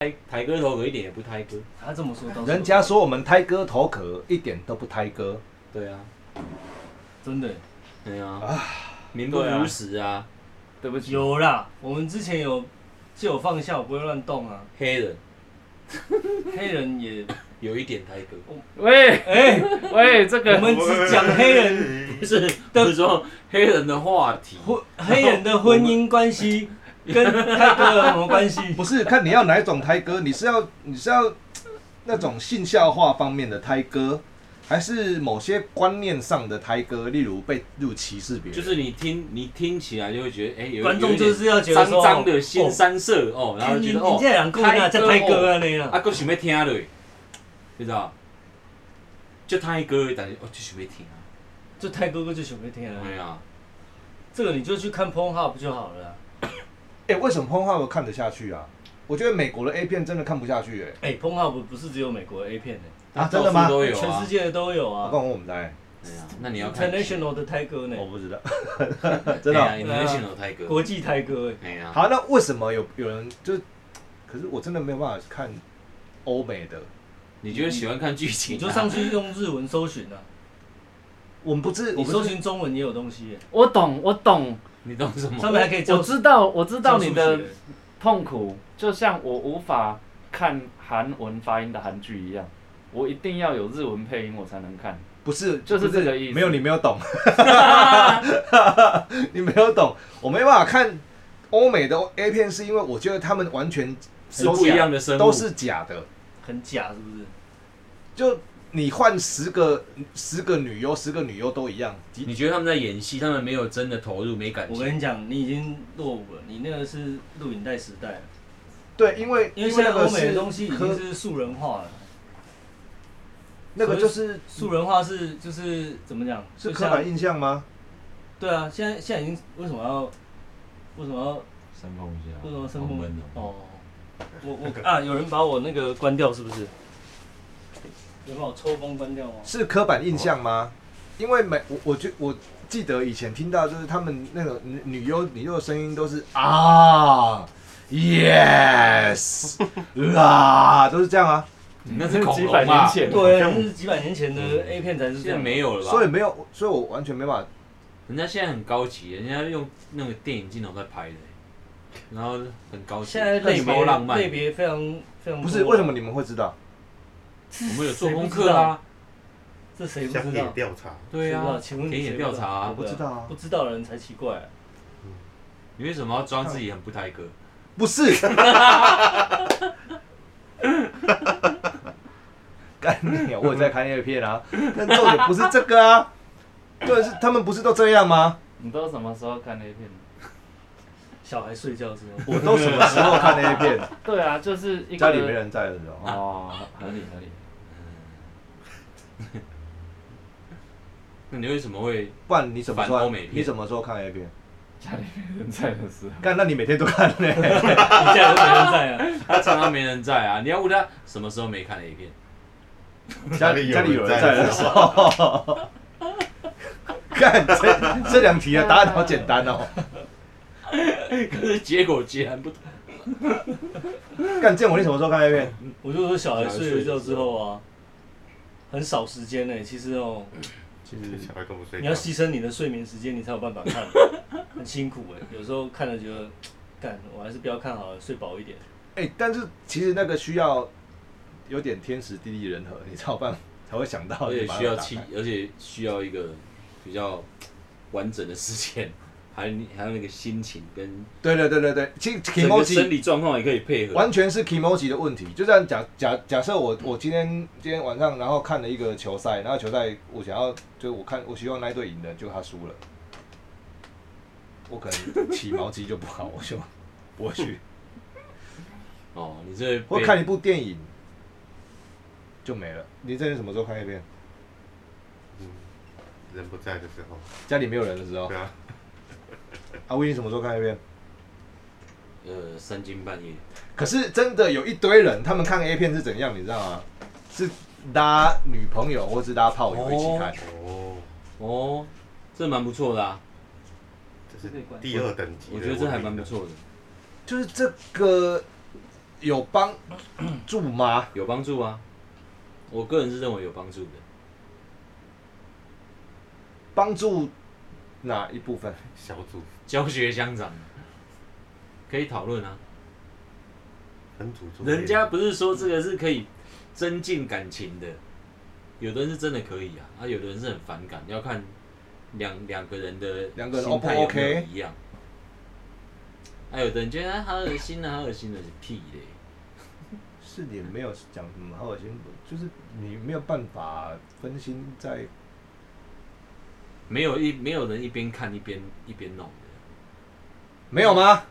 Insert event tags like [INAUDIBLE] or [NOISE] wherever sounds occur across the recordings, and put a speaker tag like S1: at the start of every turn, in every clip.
S1: 抬抬哥头壳一点也不抬哥，
S2: 他这么说倒是
S3: 人家说我们胎哥头壳一点都不胎哥，
S1: 对啊，
S2: 真的
S1: 对啊，名不如实啊，
S4: 对不起，
S2: 有啦，我们之前有就有放下，我不会乱动啊。
S1: 黑人
S2: 黑人也，
S1: 有一点抬哥，
S4: 喂
S2: 哎、
S4: 喂，
S2: [LAUGHS]
S4: 这
S2: 我
S4: 个
S2: 们只讲黑人
S1: 不
S2: [LAUGHS]
S1: 是，就是说黑人的话题，
S2: 婚黑人的婚姻关系跟泰戈尔有什么关
S1: [LAUGHS]
S2: 系？
S3: 不是看你要哪一种胎哥，你是要你是要那种性笑话方面的胎哥，还是某些观念上的胎哥，例如被入歧视别人，
S1: 就是你听你听起来就会觉得，哎，有
S2: [LAUGHS] 观众就是要觉得
S1: 脏
S2: 说
S1: 脏的新
S2: 哦
S1: 三色哦，然后
S2: 你
S1: 觉
S2: 你
S1: 得
S2: 这
S1: 哦，
S2: 两个人啊在泰戈尔那
S1: 啊，
S2: 啦，
S1: 佫想要听落，你知道？就他一个，但是哦，就想要听啊，
S2: 就泰戈尔就想要听啊
S1: 哎。呀，
S2: 这个你就去看 p o n Hub 就好了啊。
S3: 哎、为什么碰话我看得下去啊？我觉得美国的 A 片真的看不下去哎、
S2: 哎 p o n Hub 不是只有美国的 A 片的，
S3: 啊
S1: 他到
S3: 真的吗
S1: 处都有
S2: 全
S1: 啊
S2: 世，界的都有
S3: 我
S2: 啊
S3: 跟。我们来，
S1: 哎呀，那你要看哦
S2: International 的泰戈尔呢
S3: 我，不
S1: [LAUGHS]
S3: 知道，真的
S1: 哎
S3: 啊。
S1: 呀，International 泰哥，
S2: 国际泰戈尔。
S1: 哎呀，
S3: 好，那为什么有有人就？可是我真的没有办法看欧美的，
S1: 你觉得喜欢看剧情啊？
S2: 你就上去用日文搜寻啊，
S3: 我们不是，我
S2: 你
S3: 们
S2: 搜寻中文也有东西耶，
S4: 我懂我懂，
S1: 你懂什么？
S2: 上面还可以教
S4: 我知道我知道
S2: 教
S4: 你
S2: 数
S4: 的
S2: 学
S4: 痛苦，就像我无法看韩文发音的韩剧一样，我一定要有日文配音我才能看。
S3: 不是，
S4: 就是
S3: 不
S4: 这个意思
S3: 没有，你没有懂，你没有懂。我没办法看欧美的 A 片，是因为我觉得他们完全
S1: 是不一样的生物，
S3: 都是假的。
S2: 很假是不是？
S3: 就你换十个十个女优，十个女优都一样，
S1: 你觉得他们在演戏，他们没有真的投入，没感
S2: 我跟
S1: 情。
S2: 你讲，你已经落伍了，你那个是录影带时代了，
S3: 对，因为
S2: 因为现
S3: 那
S2: 在
S3: 个
S2: 欧美
S3: 是
S2: 的东西已
S3: 科
S2: 经是素人化了，
S3: 那个就是
S2: 素人化是就是怎么讲？
S3: 是
S2: 就
S3: 刻
S2: 像
S3: 板印象吗？
S2: 对啊，现在现在已经为什么要为什么要
S1: 声控一下
S2: 为什么要声控？哦，我我啊，有人把我那个关掉是不是？有人把我抽风关掉吗？
S3: 是刻板印象吗？因为每我我觉我记得以前听到就是他们那个女女优女优的声音都是啊，yes 啊，都是这样啊，
S1: 你那是恐
S4: 几
S1: 龙
S4: 百
S1: 嘛
S4: 年？前，
S2: 对，啊那是几百年前的 A 片才是
S1: 嗯
S2: 这
S1: 现在
S2: 样，
S1: 没有了吧？
S3: 所以没有，所以我完全没办法。
S1: 人家现在很高级，人家用那个电影镜头在拍的，然后很高级，
S2: 现在类
S1: 很
S2: 别
S1: 超浪漫。
S2: 类别非常非常
S3: 不是
S2: 多啊
S3: 为什么你们会知道？
S1: 我们有做功课啊，
S2: 这谁不
S5: 乡
S2: 知
S5: 野
S2: 道？
S5: 调查，
S1: 对
S2: 谁不知
S1: 啊
S2: 道，请问
S1: 田野调查啊、
S2: 谁
S3: 不知道啊
S2: 不知道的人才奇怪啊、
S1: 你为什么要装自己很不抬格？
S3: 不是。 [LAUGHS] 干你啊！我也在看叶片啊，但重点不是这个啊，对，是他们不是都这样吗？
S4: 你都什么时候看 A 片？
S2: 小孩睡觉之后， [LAUGHS]
S3: 我都什么时候看 A [LAUGHS] 片？
S4: 对啊，就是一个
S3: 家里没人在的时候，啊
S4: 哦，合理合理。
S1: 那你为什么会？
S3: 不然你怎么
S1: 反欧
S3: 说
S1: 美？片
S3: 你怎么说看 A 片？
S4: 家里没人在的时候，
S3: 干，那你每天都看呢、 [LAUGHS]
S2: 你家人没人在啊？
S1: 他常常没人在啊，你要问他什么时候没看 A 片？
S3: 家里家里有人在的时候。干，这这两题的答案好简单哦。
S1: 可是结果截然不同。
S3: 干，建我你什么时候看 A 片？
S2: 我就说小孩睡了觉之后啊，很少时间呢、其实哦，
S3: 其
S5: 小孩跟我睡
S2: 你
S5: 觉
S2: 要，牺牲你的睡眠时间，你才有办法看，很辛苦哎、有时候看了觉得，干，我还是不要看好了，睡饱一点。
S3: 哎、但是其实那个需要有点天时地利人和，你才有 [LAUGHS] 办法才会想到，
S1: 而且
S3: 你把它
S1: 需要
S3: 打开
S1: 期，而且需要一个比较完整的时间，还有你还有那个心情跟
S3: 对对对对对，其实
S1: 整个
S3: emoji
S1: 生理状况也可以配合。
S3: 完全是 emoji 的问题。就像假假假设我我今天今天晚上然后看了一个球赛，然后球赛我想要就是我看我希望那一队赢的，就他输了，我可能起毛机就不好，我就 [LAUGHS] 不会去。
S1: 哦，你这
S3: 或
S1: 被
S3: 看一部电影就没了。你这是什么时候看 A 片？
S5: 嗯，人不在的时候，
S3: 家里没有人的时候
S5: 对。啊，
S3: 阿威，你什么时候看 A 片？
S1: 呃三更半夜，
S3: 可是真的有一堆人，他们看 A 片是怎样，你知道吗？是拉女朋友或是拉炮友一起看。
S5: 哦，
S1: 哦，这蛮不错的啊，
S5: 这是第二等级的
S1: 我
S5: 文明啊，
S1: 觉得这还蛮不错的。
S3: 就是这个有帮助吗？
S1: 有帮助吗？我个人是认为有帮助的。
S3: 帮助哪一部分？
S5: 小组
S1: 教学相长，啊可以讨论啊。
S5: 分组作业
S1: 人家不是说这个是可以增进感情的，有的人是真的可以啊，啊，有的人是很反感，要看两两个人的
S3: 两个人
S1: 心态
S3: O
S1: 有
S3: 不
S1: 没
S3: OK？
S1: 有一样。啊，有的人觉得啊好恶心啊，好恶心的，屁嘞！
S3: 是也没有讲什么好恶心，就是你没有办法分心在
S1: 没有一没有人一边看一边一边弄的，
S3: 没有吗？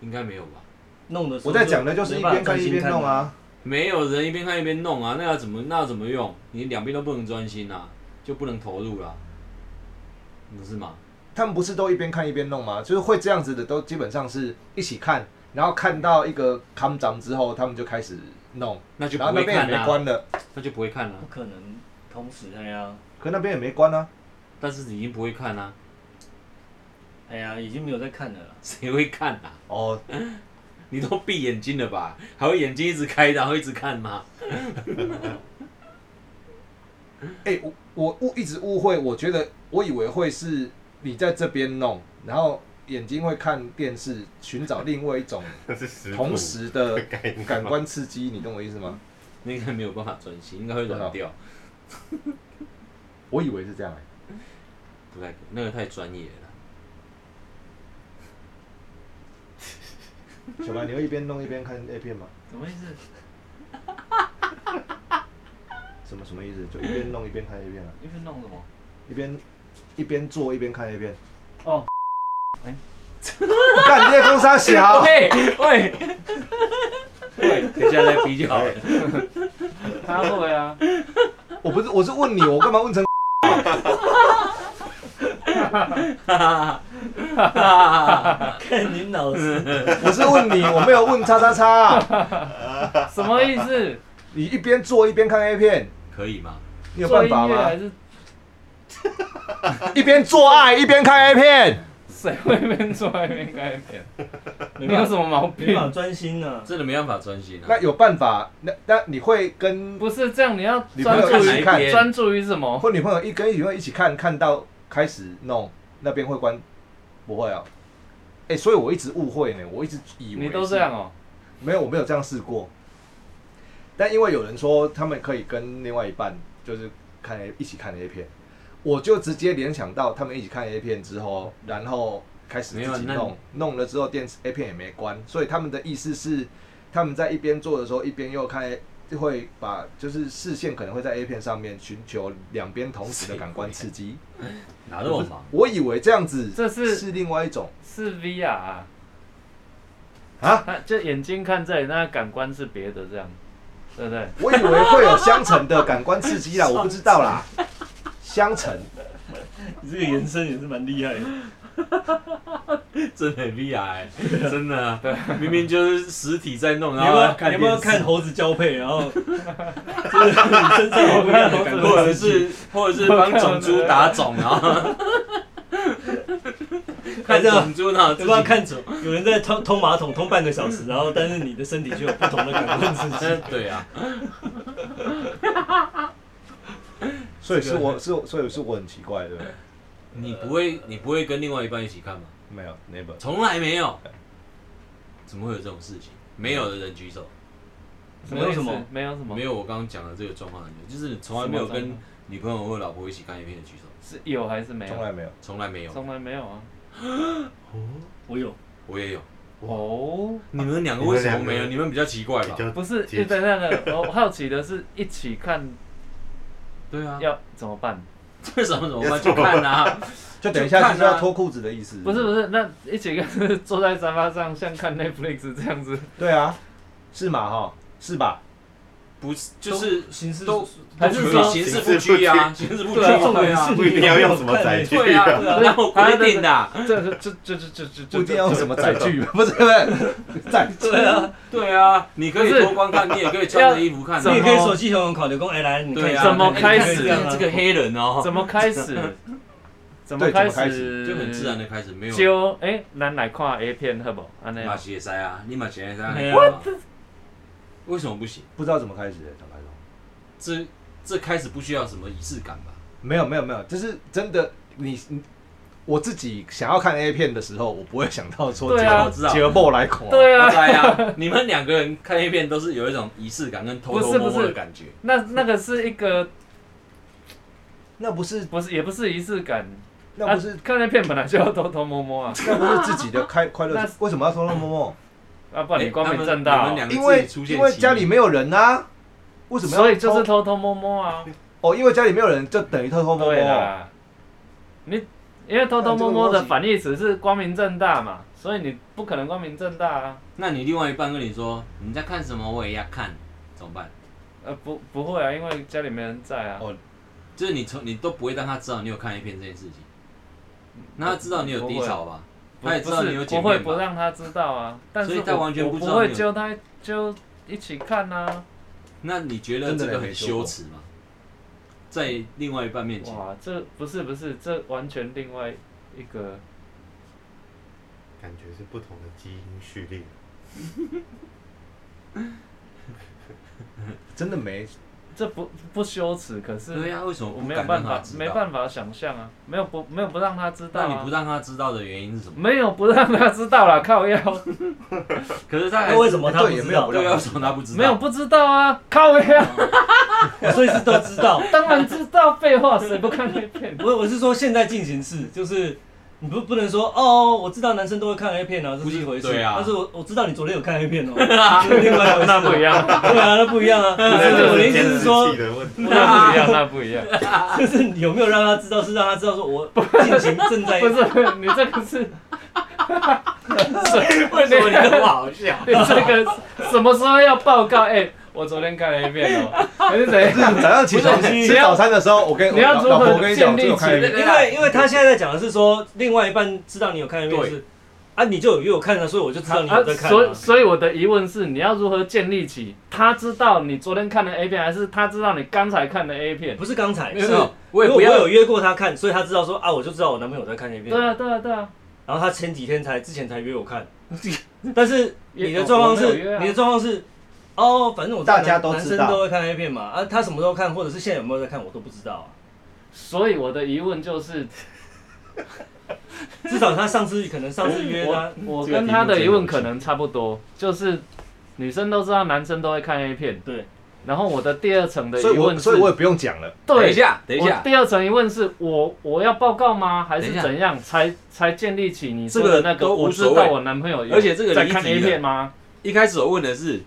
S1: 应该没有吧？
S2: 弄的时候
S3: 我在讲的就是一边看一边弄啊。
S1: 没有人一边看一边弄啊，那要怎么那要怎么用？你两边都不能专心啊，就不能投入啦、啊不是吗？
S3: 他们不是都一边看一边弄吗？就是会这样子的，都基本上是一起看，然后看到一个康长之后，他们就开始弄，
S1: 那就不
S3: 然后那
S1: 会
S3: 边
S1: 看啊
S3: 也没
S1: 啦、
S3: 关了，
S1: 那就不会看啦、
S2: 不可能同时哎呀，
S3: 可那边也没关啊。
S1: 但是已经不会看啊啦、
S2: 哎呀，已经没有在看了 [LAUGHS] 啦。
S1: 谁会看啊？
S3: 哦，
S1: 你都闭眼睛了吧？还会眼睛一直开，然后一直看吗？
S3: 哎、我我误一直误会，我觉得我以为会是你在这边弄，然后眼睛会看电视，寻找另外一种
S5: 那是食谱
S3: 同时的
S5: 概念
S3: 感官刺激，你懂我意思吗？
S1: 那应该没有办法专心，应该会
S2: 啊
S1: 软掉，
S3: 我以为是这样、欸，
S1: 不太可能，那个太专业了啦。
S3: 小白，你会一边弄一边看 A 片吗？
S2: 什么意思？
S3: [LAUGHS] 什么什么意思？就一边弄一边看 A 片啊？
S4: 一边弄什么？
S3: 一边一边做一边看 A 片？
S4: 哦，
S3: [LAUGHS] 干你在公司
S2: [LAUGHS]
S3: 小？
S4: 喂喂，
S1: 对，等一下再比就
S2: [LAUGHS]
S1: 好了。
S4: 他会啊，
S3: 我不是，我是问你，我干嘛问成？
S2: 看你
S1: [LAUGHS]
S2: 脑子，
S3: 我是问你，我没有问叉叉
S4: [LAUGHS]
S3: 叉。
S4: 什么意思？
S3: 你一边做一边看 A 片，
S1: 可以吗？
S3: 你有办法
S4: 做音乐
S3: 吗
S4: 还？是
S3: 一边做爱一边看 A 片，
S4: 谁会一边做一边看 A 片？
S2: 没
S4: 你有
S2: 办
S4: 什
S2: 法，
S4: 么毛
S2: 没
S4: 病？
S2: 办法专心啊呢。
S1: 真的没办法专心啊
S3: 那。有办法？那那你会跟
S4: 不是这样，你要
S3: 女朋
S4: 专
S3: 友
S4: 注
S3: 一
S1: 哪
S3: 起
S1: 一
S4: 于
S3: 看，
S1: 边
S4: 专注于什么？
S3: 或女朋友一跟女朋友一起看，看到开始弄那边会关？不会啊、哎、所以我一直误会呢，我一直以为
S4: 你都
S3: 是
S4: 这样哦、
S3: 没有，我没有这样试过。但因为有人说他们可以跟另外一半就是看 A, 一起看 A 片，我就直接联想到他们一起看 A 片之后，然后开始
S1: 没有
S3: 自己
S1: 那
S3: 弄，弄了之后电视 A 片也没关，所以他们的意思是他们在一边做的时候，一边又看 A。就会把就是视线可能会在 A 片上面寻求两边同时的感官刺激。
S1: 哪那么忙？
S3: 我以为这样子
S4: 这是
S3: 是另外一种
S4: 是 VR 啊，
S3: 啊，
S4: 他就眼睛看这里，那感官是别的这样，对不对？
S3: 我以为会有相乘的感官
S1: [LAUGHS]
S3: 刺激啦，我不知道啦。相乘，
S2: 你这个延伸也是蛮厉害的。
S1: 真的很 VR，、欸、
S2: [LAUGHS]
S1: 真的啊、明明就是实体在弄，
S2: 你
S1: 然
S2: 有没
S1: 后
S2: 有
S1: 啊看
S2: 你有没有
S1: 电视
S2: 看猴子交配？然后 [LAUGHS] 就是你身上有不一样的感
S1: 或
S2: 觉
S1: 者。是或者是帮种猪打种
S2: [LAUGHS]
S1: 啊，看种猪呢，
S2: 有
S1: 自
S2: 没有
S1: 己
S2: 看走？有人在通通马桶通半个小时，然后但是你的身体却有不同的感官刺激。
S1: 嗯 [LAUGHS] 对啊，
S3: 所以是我是我，所以是我很奇怪，对不对？
S1: 你不会你不会跟另外一半一起看吗？
S3: 没有，never。
S1: 从来没有，怎么会有这种事情？没有的人举手，
S2: 没有什
S4: 意思
S2: 么，
S4: 没有什么，
S1: 没有我刚刚讲的这个状况的人，就是你从来没有跟女朋友或老婆一起看一片的举手，
S4: 是有还是没
S3: 从
S4: 有？
S3: 来没有。
S1: 从来没有，
S4: 从来没有啊。
S2: 我有，
S1: 我也有。
S4: 哦，
S1: 你们两个为什么没有？你们比较奇怪
S5: 比
S1: 吧？
S5: 较
S4: 不是，
S5: 接
S4: 等等等，我好奇的是，一起看
S1: 对啊，
S4: 要怎么办？
S1: 为什么怎么办？就看啊，
S3: 就等一下就是
S1: 就看
S3: 要
S1: 啊
S3: 脱裤子的意思。
S4: 不是不是，那一起看是坐在沙发上，像看 Netflix 这样子，
S3: 对啊，是嘛哈，是吧？
S1: 不是就是
S2: 形式
S1: 都
S4: 还是
S1: 可以
S4: 说
S1: 形式不拘啊，形式不拘
S2: 对啊，重
S1: 对
S2: 点是
S1: 啊
S2: 你，
S5: 不一定要用什么载具
S1: 对啊，然后规定的，
S4: 这这这这这这
S3: 不
S4: 这
S3: 一定要用什么载具， [LAUGHS] 不是不是载具。
S2: 对啊，
S1: 对啊，你可以多观看，你也可以穿着衣服看
S4: 怎
S2: 你
S4: 么
S2: 也
S1: 啊，
S2: 可以手机熊熊考就讲，哎来，你看
S1: 对啊，
S4: 怎么开
S1: 你可以
S4: 始
S2: 这
S1: 这
S2: 样
S1: 样
S2: 啊
S1: 这个黑人哦，
S4: 怎么开始？
S1: [LAUGHS]
S4: 怎
S3: 对怎
S4: 么
S3: 么
S4: 开
S3: 开
S4: 始？
S1: 就很自然的开始，没有
S4: 就哎，咱来看 A 片好不好？安尼
S1: 马鞋塞啊，你马鞋塞啊，
S2: 哎呀
S1: 你干嘛为什么不行？
S3: 不知道怎么开始的，坦白说，
S1: 这这开始不需要什么仪式感吧？
S3: 没有没有没有，就是真的你你我自己想要看 A 片的时候，我不会想到说
S4: 对
S3: 结
S4: 啊
S1: 我知道
S3: 结果来恐，
S4: 对
S1: 我
S4: 啊，
S1: 猜啊，你们两个人看 A 片都是有一种仪式感跟偷偷摸
S4: 不是
S1: 摸
S4: 不
S1: 的
S4: 是
S1: 感觉。
S4: 那那个是一个
S3: 那不是
S4: 不是也不是仪式感，
S3: 那不是
S4: 啊看那片本来就要偷偷摸摸啊，
S3: 那不是自己的开快乐
S4: 那
S3: 是，为什么要偷偷摸摸？
S4: 啊不然你
S1: 哎
S4: 光
S1: 他
S4: 明
S1: 们
S4: 正大
S1: 你
S4: 哦、
S1: 们两个
S3: 因
S1: 自
S3: 为
S1: 己出现
S3: 因为
S1: 歧义
S3: 家里没有人啊，为什么要偷？
S4: 所以就是偷偷摸摸啊，
S3: 哦，因为家里没有人，就等于偷偷摸
S4: 对
S3: 摸。
S4: 啦，你因为偷偷摸摸的反义词是光明正大嘛，所以你不可能光明正大啊，
S1: 那你另外一半跟你说你在看什么，我也要看，怎么办？
S4: 呃不不会啊，因为家里没人在啊
S3: 哦，
S1: 就是你从你都不会让他知道你有看 A 片这件事情，那他知道你有低潮吧？
S4: 不
S1: 他也知道你有
S4: 是
S1: 姐
S4: 不会
S1: 妹
S4: 不
S1: 吧？
S4: 让他知道啊，但是
S1: 所以他
S4: 我
S1: 完全
S4: 我
S1: 不
S4: 不
S1: 知道
S4: 会
S1: 你有
S4: 揪他揪一起看啊，
S1: 那你觉得这个很羞耻吗？在另外一半面前，
S4: 哇，这不是不是这完全另外一个。
S5: 感觉是不同的基因序列。
S3: 真的没，
S4: 这不不羞耻，可是
S1: 对呀、啊为什么
S4: 我
S1: 不
S4: 没有
S1: 敢
S4: 办
S1: 让他
S4: 法，
S1: 知道？
S4: 没办法想象啊，没有不没有不让他知道、
S1: 那
S4: 啊，
S1: 你不让他知道的原因是什么？
S4: 没有不让他知道啦，靠腰，
S1: 可是他还
S2: 那为什么他不
S3: 对也
S2: 知
S3: 没有
S2: 道
S3: 不？
S1: 对啊，为什么他不知道？
S4: 没有不知道啊，靠腰，
S2: 哦所以是都知道。
S4: 当然知道，废话，谁不看那片？
S2: [LAUGHS] 我我是说现在进行式，就是你不不能说哦，我知道男生都会看 A 片啊，这是一回事。
S1: 不是对啊
S2: 但是我我知道你昨天有看 A 片哦，这是另外一回事。
S4: [LAUGHS] 那不一样，
S2: 对啊，那不一样啊。
S5: 那
S2: 我的我的意思是说
S5: 监视器，的问题，
S4: 那不一样，那不一样，
S2: 就是你有没有让他知道，是让他知道说我进行正在。
S4: 不是你这个是，
S1: 为什
S4: [LAUGHS]
S1: 么你那么好笑？
S4: 你这个什么时候要报告？哎、我昨天看了一遍哦，还
S2: [LAUGHS]
S4: 是怎
S3: 就是
S4: 样？
S3: 早上起
S4: [LAUGHS]
S3: 床
S4: 不是
S3: 吃
S4: 你要
S3: 早餐的时候，我跟
S4: 你要
S3: 老
S4: 如何
S3: 老婆我跟你讲，这
S4: 建立
S3: 有看
S4: 起
S3: 一
S4: 来
S3: 遍
S2: 因为因为他现在在讲的是说，另外一半知道你有看 A 片
S1: 对
S2: 是啊，你就有约我看了，所以我就知道你有在看
S4: 所以
S2: 啊。
S4: 所以我的疑问是，你要如何建立起他知道你昨天看的 A 片，还是他知道你刚才看的 A 片？
S2: 不是刚才，
S1: [LAUGHS] 没
S2: 是
S1: 有没有，
S2: 因
S1: 我
S2: 为
S1: 也
S2: 我
S1: 不要
S2: 有约过他看，所以他知道说啊，我就知道我男朋友在看 A 片。
S4: 对啊，对啊，对啊，
S2: 然后他前几天才之前才约我看，但是你的状况
S4: 也我没
S2: 是
S4: 有约、啊
S2: 你的状况是，哦，反正我知道
S3: 大家都
S2: 男
S3: 知道
S2: 男生都会看 A 片嘛，啊，他什么时候看，或者是现在有没有在看，我都不知道、啊。
S4: 所以我的疑问就是，
S2: 至少他上次可能上次约他
S4: [LAUGHS] 我，我跟他的疑问可能差不多，就是女生都知道男生都会看 A 片，
S2: 对，
S4: 然后我的第二层的
S3: 所以
S4: 疑问
S3: 我
S4: 是，
S3: 所以我也哎不用讲了。
S4: 对，啊
S1: 等一下，等一下
S4: 我，第二层疑问是我我要报告吗？还
S1: 等
S4: 是
S1: 一下
S4: 怎样才才建立起你
S1: 这
S4: 说
S1: 个
S4: 的那个
S1: 都
S4: 我
S1: 无
S4: 知
S1: 所谓
S4: 道我男朋友有
S1: 而且这个
S4: 在
S1: 离
S4: 看
S1: 题
S4: A 片
S1: 了
S4: 吗？
S1: 一开始我问的是，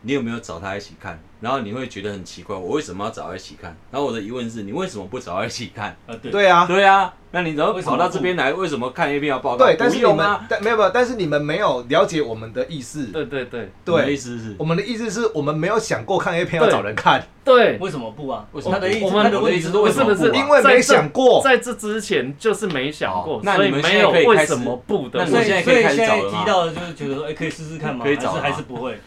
S1: 你有没有找他一起看？然后你会觉得很奇怪，我为什么要找他一起看？然后我的疑问是你为什么不找他一起看？
S2: 啊，对，
S3: 对啊，
S1: 对啊，那你怎么
S2: 为什么
S1: 跑到这边来？为什么看 A 片要报告？
S3: 对，但是
S1: 不
S3: 你
S1: 用
S3: 们
S1: 啊，
S3: 但没有没有，但是你们没有了解我们的意思。
S4: 对对对
S1: 我的意
S3: 对，
S1: 思是
S3: 我，们的意思是我们没有想过看 A 片要
S4: 对
S3: 找人看，
S4: 对，
S2: 为什么不啊？
S1: 为什么
S2: 他的意
S4: 我
S2: 思，
S4: 们
S2: 他的
S1: 我的
S2: 问
S1: 意
S2: 题
S1: 思
S2: 是
S1: 是为什么
S4: 不是
S1: 不啊
S3: 因为没想过。
S4: 在这之前就是没想过
S1: 哦，那
S4: 所
S1: 你
S4: 以
S1: 们
S4: 没有
S1: 现在可以
S4: 为
S1: 开始
S4: 什么不的
S1: 那你
S4: 问题。
S2: 所
S1: 们
S2: 以
S1: 现在
S2: 所
S1: 可以
S2: 以
S1: 开始
S2: 现
S1: 找
S2: 在
S1: 了吗
S2: 提到的就是觉得说，哎、可以试试看嘛，
S1: 可以
S2: 还
S1: 找
S2: 是
S1: 了吗
S2: 还是不会，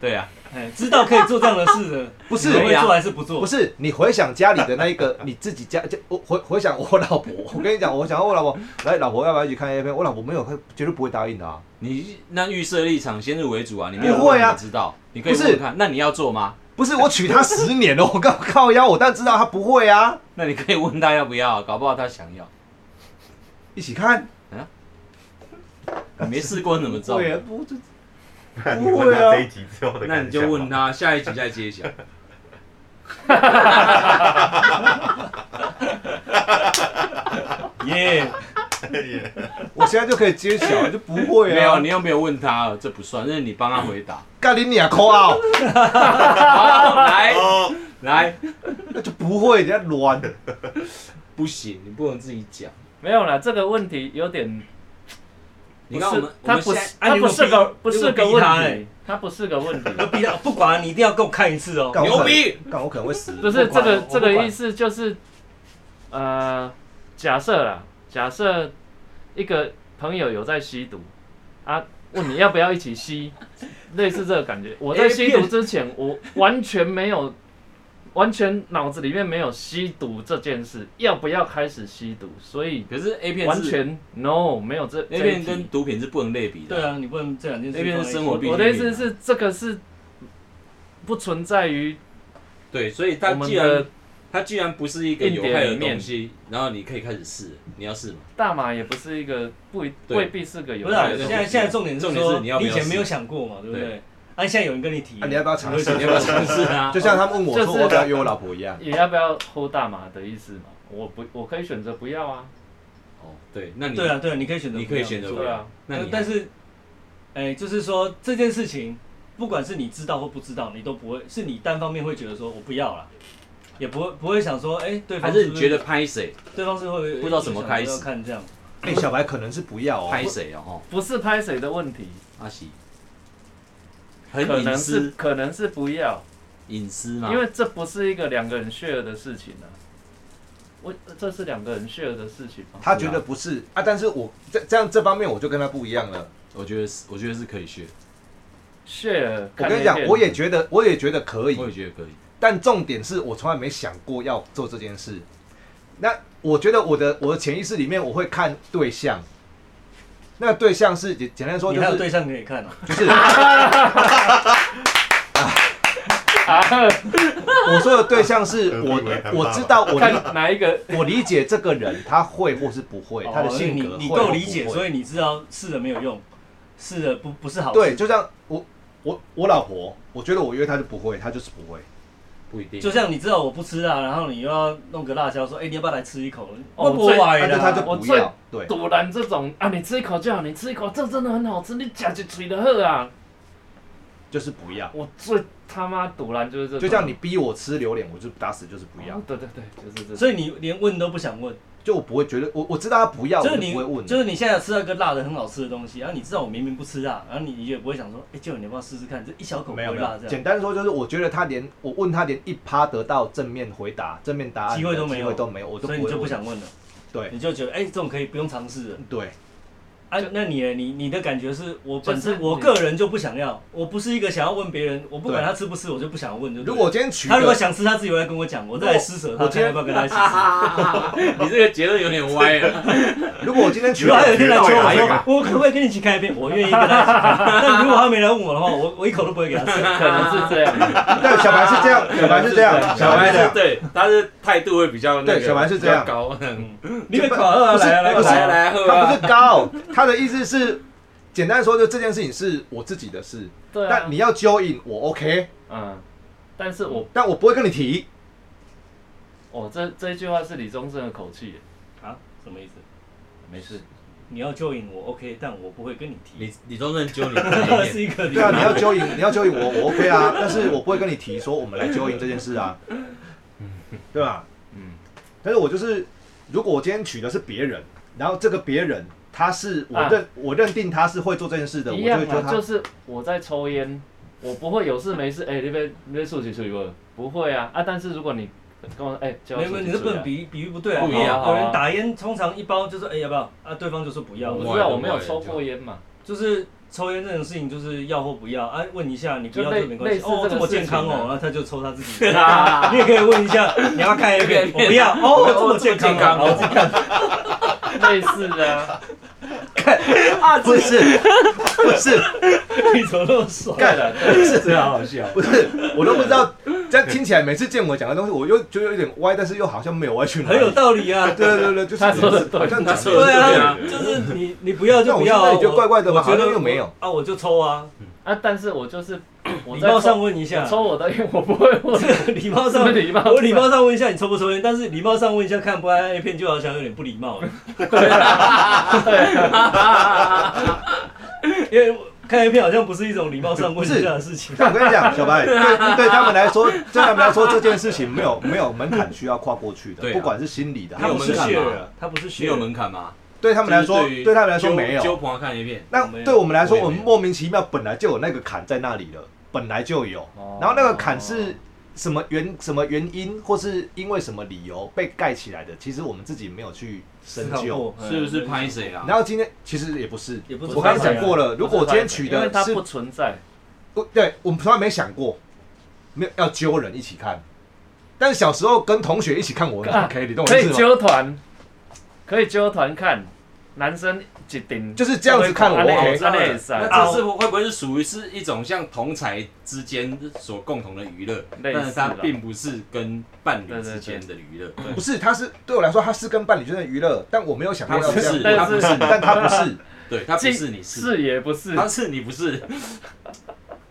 S1: 对啊，
S2: 哎、知道可以做这样的事的，
S3: 不是
S2: 你会
S1: 对啊
S2: 做还是不做？
S3: 不是你回想家里的那一个，你自己家就我回回想我老婆，我跟你讲，我想要我老婆来，老婆要不要一起看 A 片？我老婆没有，她绝对不会答应的啊。
S1: 你那预设立场先入为主啊，你没有
S3: 不会啊
S1: 问你知道，你可以
S3: 不是
S1: 问问看，那你要做吗？
S3: 不是我娶她十年了，我刚靠腰，我当然知道她不会啊。
S1: [LAUGHS] 那你可以问他要不要啊，搞不好他想
S4: [LAUGHS]
S1: 要。
S3: 一起看，
S1: 你没试过你怎么知道？
S3: 对啊，不啊就
S5: 那 [LAUGHS] 你问他这一集之后的感想吧
S1: 那你就问，他，下一集再揭
S4: [LAUGHS]
S1: 晓。
S2: 耶、
S3: 我现在就可以揭晓，就不会啊。
S1: 没 [LAUGHS] 有，你又没有问他，这不算，那是你帮他回
S4: [LAUGHS]
S1: 答。
S3: 干你俩扣啊，
S1: 好，来
S5: 哦，
S1: 来，
S3: 那就不会，人家乱。
S1: 不行，你不能自己讲。
S4: 没有啦，这个问题有点，
S1: 你看我们，我
S4: 它
S1: 们
S4: 不
S1: 现在
S4: 是
S2: 啊
S4: 它
S2: 你
S4: 不
S2: 如果
S4: 是
S2: 逼
S4: 个不是个
S2: 如果逼他
S4: 问
S2: 欸
S4: 题，它不是个问题。
S2: 我逼他，不管啊你一定要给我看一次哦。
S3: 干
S1: 牛逼！
S3: 我可能干我可能会死。
S4: 不是
S2: 不
S4: 这
S2: 管
S4: 个
S2: 我
S4: 这
S2: 不
S4: 个
S2: 管
S4: 意思就是，呃，假设啦，假设一个朋友有在吸毒，啊，问你要不要一
S1: [LAUGHS]
S4: 起吸，类似这个感觉。我在
S1: A
S4: 吸
S1: 片
S4: 毒之前，我完全没有完全脑子里面没有吸毒这件事，要不要开始吸毒？所以
S1: 可是 A 片
S4: 完
S1: 是
S4: 全 no 没有这
S1: A
S4: 这一
S1: 片
S4: 题
S1: 跟毒品是不能类比的。
S2: 对，啊，你不能这两件事
S1: 那边
S2: 放在一
S1: 是
S2: 起。
S1: 生活必需
S4: 我的意
S1: 品啊
S4: 思是，这个是不存在于
S1: 对，所以
S4: 我
S1: 它
S4: 们
S1: 既然
S4: 的
S1: 它既然不是一个有
S4: 硬
S1: 害
S4: 碟
S1: 的
S4: 里面
S1: 东西，然后你可以开始试，你要试吗？
S4: 大麻，也不是一个不一
S1: 对
S4: 未必是个有
S2: 不是、啊，
S1: 对对
S2: 现在现在重点是
S1: 重点是
S2: 说，
S1: 你要不
S2: 以
S1: 要
S2: 前没有
S1: 试
S2: 想过嘛，对不
S1: 对
S2: 对？啊，现在有人跟你提，
S3: 啊你要不要尝试
S2: 你会
S1: 你
S2: 觉
S1: 要
S2: 得
S1: 不要尝试啊？
S3: [LAUGHS] 就像他们问我
S4: 就
S3: 说
S4: 是
S3: 我要不要约我老婆一样，
S4: 也要不要抽大麻的意思嘛？我不，我可以选择不要啊，
S1: 哦，对，那你
S2: 对啊，对啊，你可以选择不
S1: 你
S2: 要，
S1: 可以选择
S2: 没
S1: 不
S2: 错
S4: 对
S1: 要
S4: 啊，
S1: 那你
S2: 但但
S1: 是
S2: 是，哎、就是说这件事情，不管是你知道或不知道，你都不会，是你单方面会觉得说我不要了，也不会不会想说，哎、对方
S1: 还是
S2: 不
S1: 你觉得拍谁
S2: 对方是会会
S1: 不知道怎么开始
S2: 要看这样，
S3: 哎，小白可能是不要哦，
S1: 拍谁哦，吼
S4: 不是拍谁的问题，
S1: 阿喜，很
S4: 可能
S1: 隐
S4: 哎是
S1: 私
S4: 可能是不要，
S1: 隐私嘛，
S4: 因为这不是一个两个人 share 的事情啊。我这是两个人 share 的事情吗？
S3: 他觉得不是啊，但是我这这样这方面我就跟他不一样了。
S1: 我觉得是我觉得是可以学，
S4: share，
S3: 我
S4: 看
S3: 跟你
S4: 那
S3: 讲，
S4: 片
S3: 我也觉得我也觉得可以，
S1: 我也觉得可以。
S3: 但重点是我从来没想过要做这件事。那我觉得我的我的潜意识里面，我会看对象。那对象是简简单说
S2: 你
S3: 就
S2: 还有
S3: 是
S2: 对象可以看哦、
S3: 就是
S4: 啊
S3: 我说的对象是我
S5: 何必为难
S3: 我
S5: 爸
S3: 知
S5: 爸
S3: 道我理
S4: 看哪一个
S3: 我理解这个人他会或是不会，他的性格
S2: 哦你你
S3: 会或
S2: 够
S3: 不
S2: 理解，
S3: 会
S2: 所以你知道试了没有用，试了不不是好事，
S3: 对，就像我我我老婆，我觉得我约她就不会，她就是不会。
S1: 不一定，
S2: 就像你知道我不吃辣，然后你又要弄个辣椒说，哎、你要不要来吃一口？
S4: 哦
S2: 我不
S4: 最
S2: 歪啊
S3: 但是啊他就
S2: 啦，
S4: 我
S3: 不
S4: 最
S3: 要，对，
S4: 堵拦这种啊，你吃一口就好，你吃一口，这真的很好吃，你夹一嘴的喝啊！
S3: 就是不要。
S4: 我最他妈堵拦就是这
S3: 就
S4: 种，
S3: 像你逼我吃榴莲，我就打死就是不要
S4: 哦，对对对，就是这种。
S2: 所以你连问都不想问。
S3: 就我不会觉得我我知道他不要，我
S2: 就
S3: 就是
S2: 你
S3: 不会问。
S2: 就是你现在吃到一个辣的很好吃的东西，然后你知道我明明不吃辣，然后你你也不会想说，哎、舅你要不要试试看？这一小口不
S3: 没
S2: 会
S3: 有没
S2: 辣
S3: 有
S2: 这，样。
S3: 简单说就是我觉得他连我问他连一趴得到正面回答、正面答案的
S2: 机会都没有
S3: 机会都没有，我都
S2: 所以
S3: 不
S2: 你
S3: 会
S2: 就不
S3: 问
S2: 想问了，
S3: 对
S2: 你就觉得哎、这种可以不用尝试了。
S3: 对，
S2: 啊，那你呢你你的感觉是我
S4: 就
S2: 本
S4: 是
S2: 身我个人就不想要，我不是一个想要问别人，我不管他吃不吃，我就不想问就对了。
S3: 如果今天娶
S2: 他如果
S3: 的
S2: 想吃，他自己会来跟我讲，我再来施舍他，
S3: 我今
S2: 看
S3: 天
S2: 要不要跟他一起吃。
S1: 你这个结论有点歪啊。
S3: 如果我今天娶
S2: 如果他有一
S3: 的
S2: 天来
S5: 到
S2: 求
S5: 底
S2: 我
S5: 哪一个
S2: 说，我可不可以跟你一起看一遍？我愿意跟他一起看。 [LAUGHS] 但如果他没来问我的话，我我一口都不会给他吃。
S4: 可能是这样，
S3: 对小白是这
S2: [LAUGHS]
S3: 样， [LAUGHS] 小白是这样，
S1: 小
S3: 白
S1: 白
S3: 是这
S1: 是
S3: 样，
S1: [LAUGHS] 对，他是态度会比较那个，
S3: 对小白是这样
S1: 比较高。
S3: [LAUGHS]
S2: [LAUGHS] 你们考二啊
S3: 不是
S2: 来啊来啊
S3: 不是
S2: 来
S1: 来
S2: 啊来啊，
S1: 来喝
S3: 他不
S1: 啊！
S3: 是高，他的意思是简单说就这件事情是我自己的事，
S4: 对啊。
S3: 但你要 join 我 OK，
S4: 嗯，但是我
S3: 但我不会跟你提。
S4: 哦，这这一句话是李宗盛的口气耶，
S2: 啊，什么意思？
S4: 没事，
S2: 你要救引我 OK，但我不会跟你提。
S1: 你你都能揪你的
S3: [LAUGHS]
S2: 这
S1: 意
S2: [LAUGHS] 是
S1: 见，
S2: 一个理
S3: 对啊，你要揪引，你要揪引我，我 OK 啊，但是我不会跟你提说我们来揪引这件事啊，
S1: 嗯
S3: 对吧？
S4: 嗯，
S3: 但是我就是，如果我今天娶的是别人，然后这个别人他是我认、我认定他是会做这件事的，我
S4: 啊一
S3: 就
S4: 样
S3: 会揪
S4: 啊，
S3: 他。
S4: 就是我在抽烟，我不会有事没事，哎、你被你被竖起出去问，不会啊啊，但是如果你跟我哎，叫我
S2: 没有，没有，你这不能比比喻不对啊！
S1: 不一样
S2: 有人打烟，通常一包就是哎要不要啊？对方就说不要
S4: 我，
S1: 嗯
S4: 不知道我没有抽过烟嘛，
S2: 就是抽烟这种事情就是要或不要啊？问一下你不要
S4: 就类
S2: 就没关系
S4: 类似
S2: 哦，
S4: 这个
S2: 这么健康
S4: 事
S2: 哦
S4: 情啊，
S2: 然后他就抽他自己。
S4: [LAUGHS]
S2: [LAUGHS] 你也可以问一下 [LAUGHS] 你要看 A 片，我不要哦，这么健康哦，然后自己看
S4: 类似的啊，
S3: 啊不是不是
S2: 你怎么那么 [LAUGHS] 爽？
S3: 干
S4: 了，
S3: 不是
S1: 这好好笑。
S3: 不是，我都不知道，这样听起来每次建伟讲的东西，我又觉得有点歪，但是又好像没有歪去哪
S2: 很
S3: 里。
S2: 有道理啊！
S3: 对对对，就是
S4: 他说的对
S3: 好像
S1: 他
S3: 讲
S1: 说的
S2: 对啊，
S1: 对
S2: 就是你你不要就不要啊，
S3: 那我现在也觉得怪怪的吧
S2: 我觉
S3: 好
S2: 得
S3: 像又没有
S2: 啊，我就抽啊，
S4: 啊，但是
S2: [COUGHS]
S4: 我就是我
S2: 礼
S4: 在
S2: 貌上
S4: 抽
S2: 问一下
S4: 我，抽我的 [LAUGHS] 烟，我不会问，
S2: [LAUGHS] 礼貌
S4: 什
S2: 上
S4: 么礼貌？
S2: 我礼貌上问一下你抽不抽烟，但是礼貌上问一下看不看 A 片，就好像有点不礼貌了。啊 [LAUGHS] 因为看 A 片好像不是一种礼貌上问一下的事
S3: [LAUGHS]
S2: 情。
S3: 但我跟你讲，
S1: [LAUGHS]
S3: 小白，对对他们来说，对他们来说这件事情没有没有门槛需要跨过去的，
S1: 对啊
S3: 不管是心理的，
S1: 他
S3: 还
S1: 有
S2: 不
S3: 是
S2: 是啊
S1: 门槛
S3: 血
S1: 吗
S3: 的，
S2: 他不是
S1: 你
S2: 学
S1: 有门槛吗？
S3: 对他们来说，
S1: 就是于
S3: 对他们来说
S1: 揪
S3: 没有
S1: 揪。狂看一遍，
S3: 那
S2: 没有
S3: 对我们来说，
S1: 我也
S3: 我
S1: 没有
S3: 们莫名其妙本来就有那个坎在那里了，本来就有
S4: 哦，
S3: 然后那个坎是什么原什么原因，或是因为什么理由被盖起来的，其实我们自己没有去深究。
S1: 是不是拍？谁啊？
S3: 然后今天其实也不是
S2: 也不，是
S3: 我刚刚讲过了，
S4: 不
S3: 如
S4: 是
S3: 果我今天
S4: 拍谁
S3: 娶
S4: 因为
S3: 的
S4: 它
S3: 是
S4: 不存在，
S3: 不对，我们从来没想过，没有要揪人一起看，但小时候跟同学一起看我
S4: 啊
S3: 很 OK，你懂我
S4: 可
S3: 意思
S4: 以
S3: 吗？
S4: 揪团，可以揪团看，男生一顶
S3: 就是这样子看我
S4: 这样
S3: OK
S1: 知道
S4: 这样
S1: 了
S4: 也是啊
S1: 哎那这是会不会是属于是一种像同才之间所共同的娱乐，
S4: 类
S1: 但
S4: 似
S1: 是
S4: 啦
S1: 它并不是跟伴侣之间的娱乐。
S3: 不是，他是对我来说，他是跟伴侣之间的娱乐，但我没有想
S1: 他
S3: 过要
S1: 不
S3: 这
S1: 是，
S3: 样，
S4: 但
S1: 他
S4: 是
S1: 不是，
S3: 但他不是。
S1: [LAUGHS] 对，他不
S4: 既
S1: 是你是，
S4: 是也不是，
S1: 他是你不
S3: [LAUGHS]
S1: 是，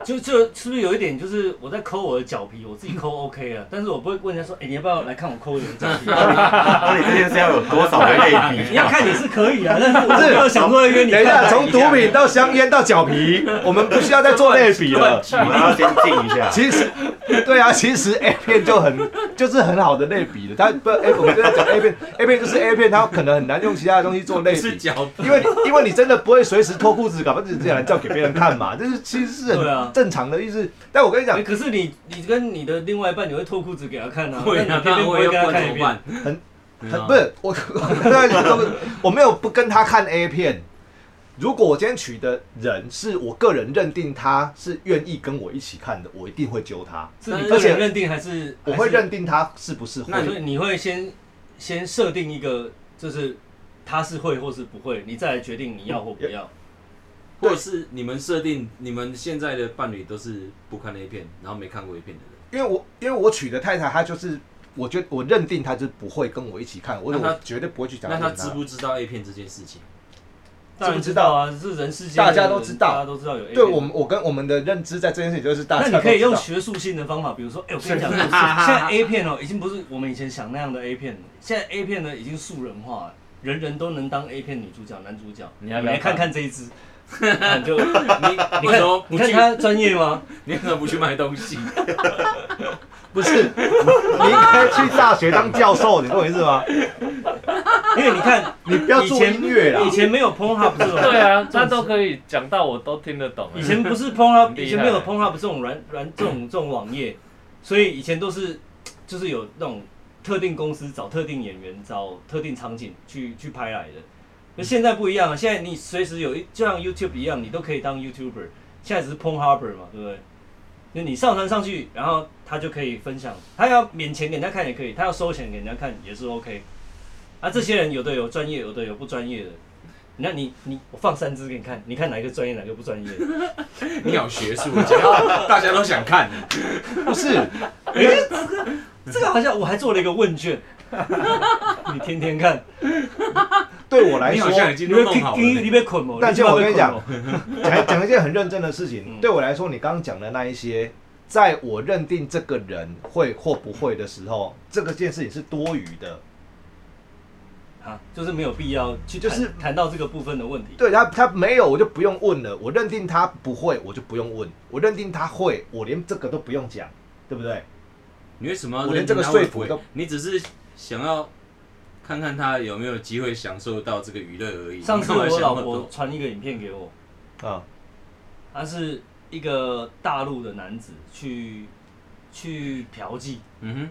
S2: 就就是不是有一点就是我在抠我的脚皮，我自己
S3: [LAUGHS]
S2: 抠 OK 啊，但是我不会问人家说，哎、你要不要来看我抠你的脚皮？
S3: 啊
S5: 那你这件事要有多少的类比？
S2: 你要看也是可以啊，但是我没有想过要约你
S3: 等一下，
S2: 看。
S3: 从毒品到香烟到脚皮，我们不需要再做类比
S5: [LAUGHS]
S3: 了。
S5: 我们要先静一下。
S3: 其实，对啊，其实 A 片就很就是很好的类比了。它不，A 我们刚才讲 A 片，A 片就是 A 片，它可能很难用其他的东西做类
S1: 是
S3: 比，
S1: 脚
S3: 因为因为你真的不会随时脱裤子，搞不好自己来叫给别人看嘛，
S2: [LAUGHS]
S3: 这是其实是
S2: 对
S3: 很
S2: 啊
S3: 正常的意思。但我跟你讲
S2: 哎，可是你你跟你的另外一半，你会脱裤子给他看啊？
S1: 会
S3: [LAUGHS]
S1: 啊
S2: 但你，偏
S1: 那
S2: 偏不
S1: 我
S2: 会
S1: 要
S2: 跟他
S1: 不
S2: 看
S1: 然
S2: 一
S1: 怎么
S2: 遍。
S1: 办？
S3: 很
S1: [LAUGHS] 对
S3: 很
S1: 啊
S3: 不是我，我我没有不跟他看 A 片。如果我今天娶的人是我个人认定他是愿意跟我一起看的，我一定会揪他，
S2: 是你
S3: 而
S2: 个
S3: 且
S2: 人认定还是
S3: 我会？认
S2: 还
S3: 定他是不是会
S1: 那
S2: 是所以你会先先设定一个，就是他是会或是不会，你再来决定你要或不要。
S1: 或者是你们设定你们现在的伴侣都是不看 A 片，然后没看过 A 片的人，
S3: 因为我因为我娶的太太，她就是我觉我认定她就是不会跟我一起看，我
S1: 那她
S3: 我绝对不会去讲
S1: 那
S3: 给她。
S1: 他知不知道 A 片这件事情？
S2: 当然
S3: 知不知
S2: 知
S3: 道
S2: 道啊，是人世间
S3: 大家
S2: 的
S3: 都
S2: 人
S3: 知道
S2: 大家都知道有 A
S3: 对
S2: 片
S3: 我们我跟我们的认知在这件事情就是大家
S2: 那你可以
S3: 都知
S2: 用
S3: 道
S2: 学术性的方法，比如说，哎、我跟你讲，
S3: [LAUGHS]
S2: 现在 A 片哦，已经不是我们以前想那样的 A 片了，现在 A 片呢已经素人化了，人人都能当 A 片女主角、男主角。
S4: 你要不要
S2: 来看看这一
S3: [LAUGHS]
S2: 支？啊你就你
S1: 你
S2: 你
S1: 为什么
S2: 看，
S1: 不
S2: 你
S1: 去
S2: 看？他专业吗？
S1: 你为什么不去卖东西？
S3: 不是， [LAUGHS] 你可以去大学当教授，你懂我意思
S2: [LAUGHS]
S3: 吗？
S2: 因为你看，
S3: 你 [LAUGHS] 不要
S2: 以
S3: 做
S2: 前
S3: 音乐啦
S2: 以。前没有 Pornhub [LAUGHS] 这种，
S4: [LAUGHS] 对啊，他都可以讲到我都听得懂。
S2: 以前不是 Pornhub，
S4: 很厉害
S2: 以前没有 Pornhub 这种软 [COUGHS] 软这种这种网页，所以以前都是就是有那种特定公司找特定演员、找特定场景去去拍来的。那现在不一样了，啊现在你随时有一就像 YouTube 一样，你都可以当 YouTuber。现在只是 Pornhub 嘛，对不对？那你上传上去，然后他就可以分享，他要免钱给人家看也可以，他要收钱给人家看也是 OK。啊，这些人有的有专业，有的有不专业的。那你你我放三支给你看，你看哪一个专业，哪个不专业？
S1: 你好学术，讲到大家都想看。
S3: 不是，
S2: [LAUGHS] 这个好像我还做了一个问卷， [LAUGHS] 你天天看，
S3: 对我来
S1: 你
S3: 说
S1: 好，像已经
S2: 你
S1: 都
S2: 被
S1: 弄好了。
S2: 你被捆吗？
S3: 但是
S2: 是
S3: 我跟你讲，讲讲一件很认真的事情。
S2: 嗯
S3: 对我来说，你刚刚讲的那一些，在我认定这个人会或不会的时候，这个件事情是多余的。
S2: 啊，就是没有必要去
S3: 就
S2: 就是是谈到这个部分的问题。
S3: 对他，他没有我就不用问了。我认定他不会，我就不用问；我认定他会，我连这个都不用讲，对不对？
S1: 你为什么要
S3: 我
S1: 认
S3: 连
S1: 定
S3: 这个
S1: 他
S3: 说
S1: 会
S3: 服
S1: 不会
S3: 都
S1: 你只是想要看看他有没有机会享受到这个娱乐而已。
S2: 上次
S1: 你干嘛
S2: 我
S1: 想那
S2: 老
S1: 么多
S2: 婆传一个影片给我，
S3: 啊、
S2: 他是一个大陆的男子去去嫖妓，
S1: 嗯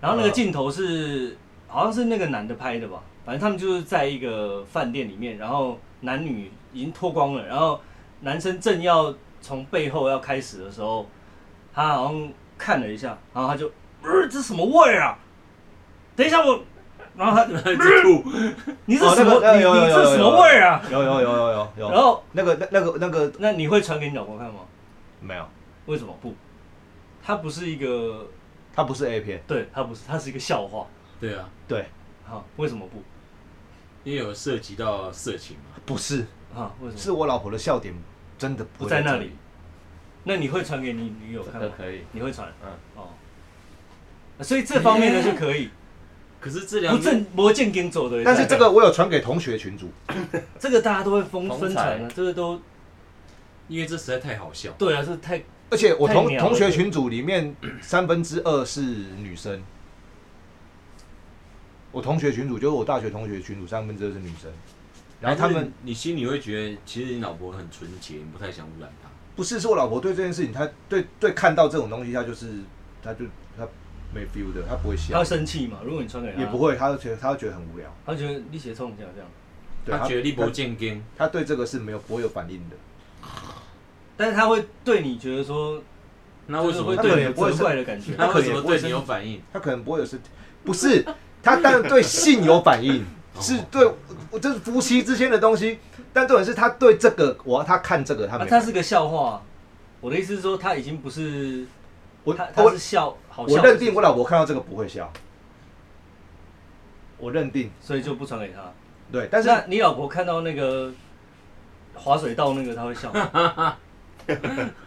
S2: 然后那个镜头是、好像是那个男的拍的吧，反正他们就是在一个饭店里面，然后男女已经脱光了，然后男生正要从背后要开始的时候，他好像看了一下，然后他就，呃，这什么味儿啊？等一下我，然后他，
S1: [LAUGHS] 哼，一直吐，
S2: 你这
S3: 哦
S2: 什么？
S3: 那个
S2: 你
S3: 有有
S2: 你这
S3: 有
S2: 什
S3: 有
S2: 么味儿啊？
S3: 有有有有有有。
S2: 然后
S3: 那个那那个那个
S2: 那你会传给你老婆看吗？
S3: 没有，
S2: 为什么不？他不是一个，
S3: 他不是 A 片，
S2: 对他不是，他是一个笑话。
S1: 对啊，
S3: 对，
S2: 好，为什么不？
S1: 因为有涉及到色情嘛。
S3: 不是，
S2: 啊，为什么
S3: 是我老婆的笑点真的不
S2: 不
S3: 会
S2: 在那
S3: 这
S2: 里？那你会传给你女友看
S4: 都
S2: 吗？
S4: 可以，
S2: 你会传？
S4: 嗯
S2: 哦，啊所以这方面呢就可以，
S1: 可是这两
S2: 不正魔剑跟走的也在，
S3: 嗯但是这个我有传给同学群主，
S2: 这个大家都会疯
S4: 同才
S2: 分传啊，这个都
S1: 因为这实在太好笑。
S2: 对啊，这太
S3: 而且我
S2: 太
S3: 同
S2: 鸟了
S3: 同学群组里面三分之二是女生。我同学群组就是我大学同学群组，三分之二是女生，然哎后他
S1: 还
S3: 们
S1: 是你心里会觉得，其实你老婆很纯洁，你不太想污染她。
S3: 不是，是我老婆对这件事情，她对对看到这种东西，她就是她就她没 feel 的，她不会
S2: 他
S3: 笑
S2: 会，生气嘛。如果你传给他，
S3: 也不，会，她会觉得她会觉得很无聊。
S2: 他会觉得你写冲一下这样，
S3: 对
S1: 她觉得立博健跟
S3: 她对这个是没有不会有反应的。
S2: 但是他会对你觉得说
S1: 那为什么
S2: 就是
S3: 他
S1: 对？
S2: 会对
S3: 可能
S2: 你
S3: 也
S2: 有
S3: 不会
S2: 责怪的感觉
S3: 是？
S1: 那为什么对你有反应？
S3: 他可能不会有身体，不是他当然对性有
S2: [LAUGHS]
S3: 反应，是对我这是夫妻之间的东西，但重点是他对这个，我要他看这个，他
S2: 啊
S3: 没，
S2: 他
S3: 看。
S2: 是个笑话。我的意思是说，他已经不是
S3: 我
S2: 他他
S3: 我
S2: 是笑，好笑
S3: 我
S2: 的
S3: 认
S2: 事
S3: 定
S2: 情
S3: 我老婆看到这个不会笑，我认定
S2: 所以就不传给他。
S3: 对，但是
S2: 那你老婆看到那个滑水道那个，她会笑吗？
S3: [LAUGHS]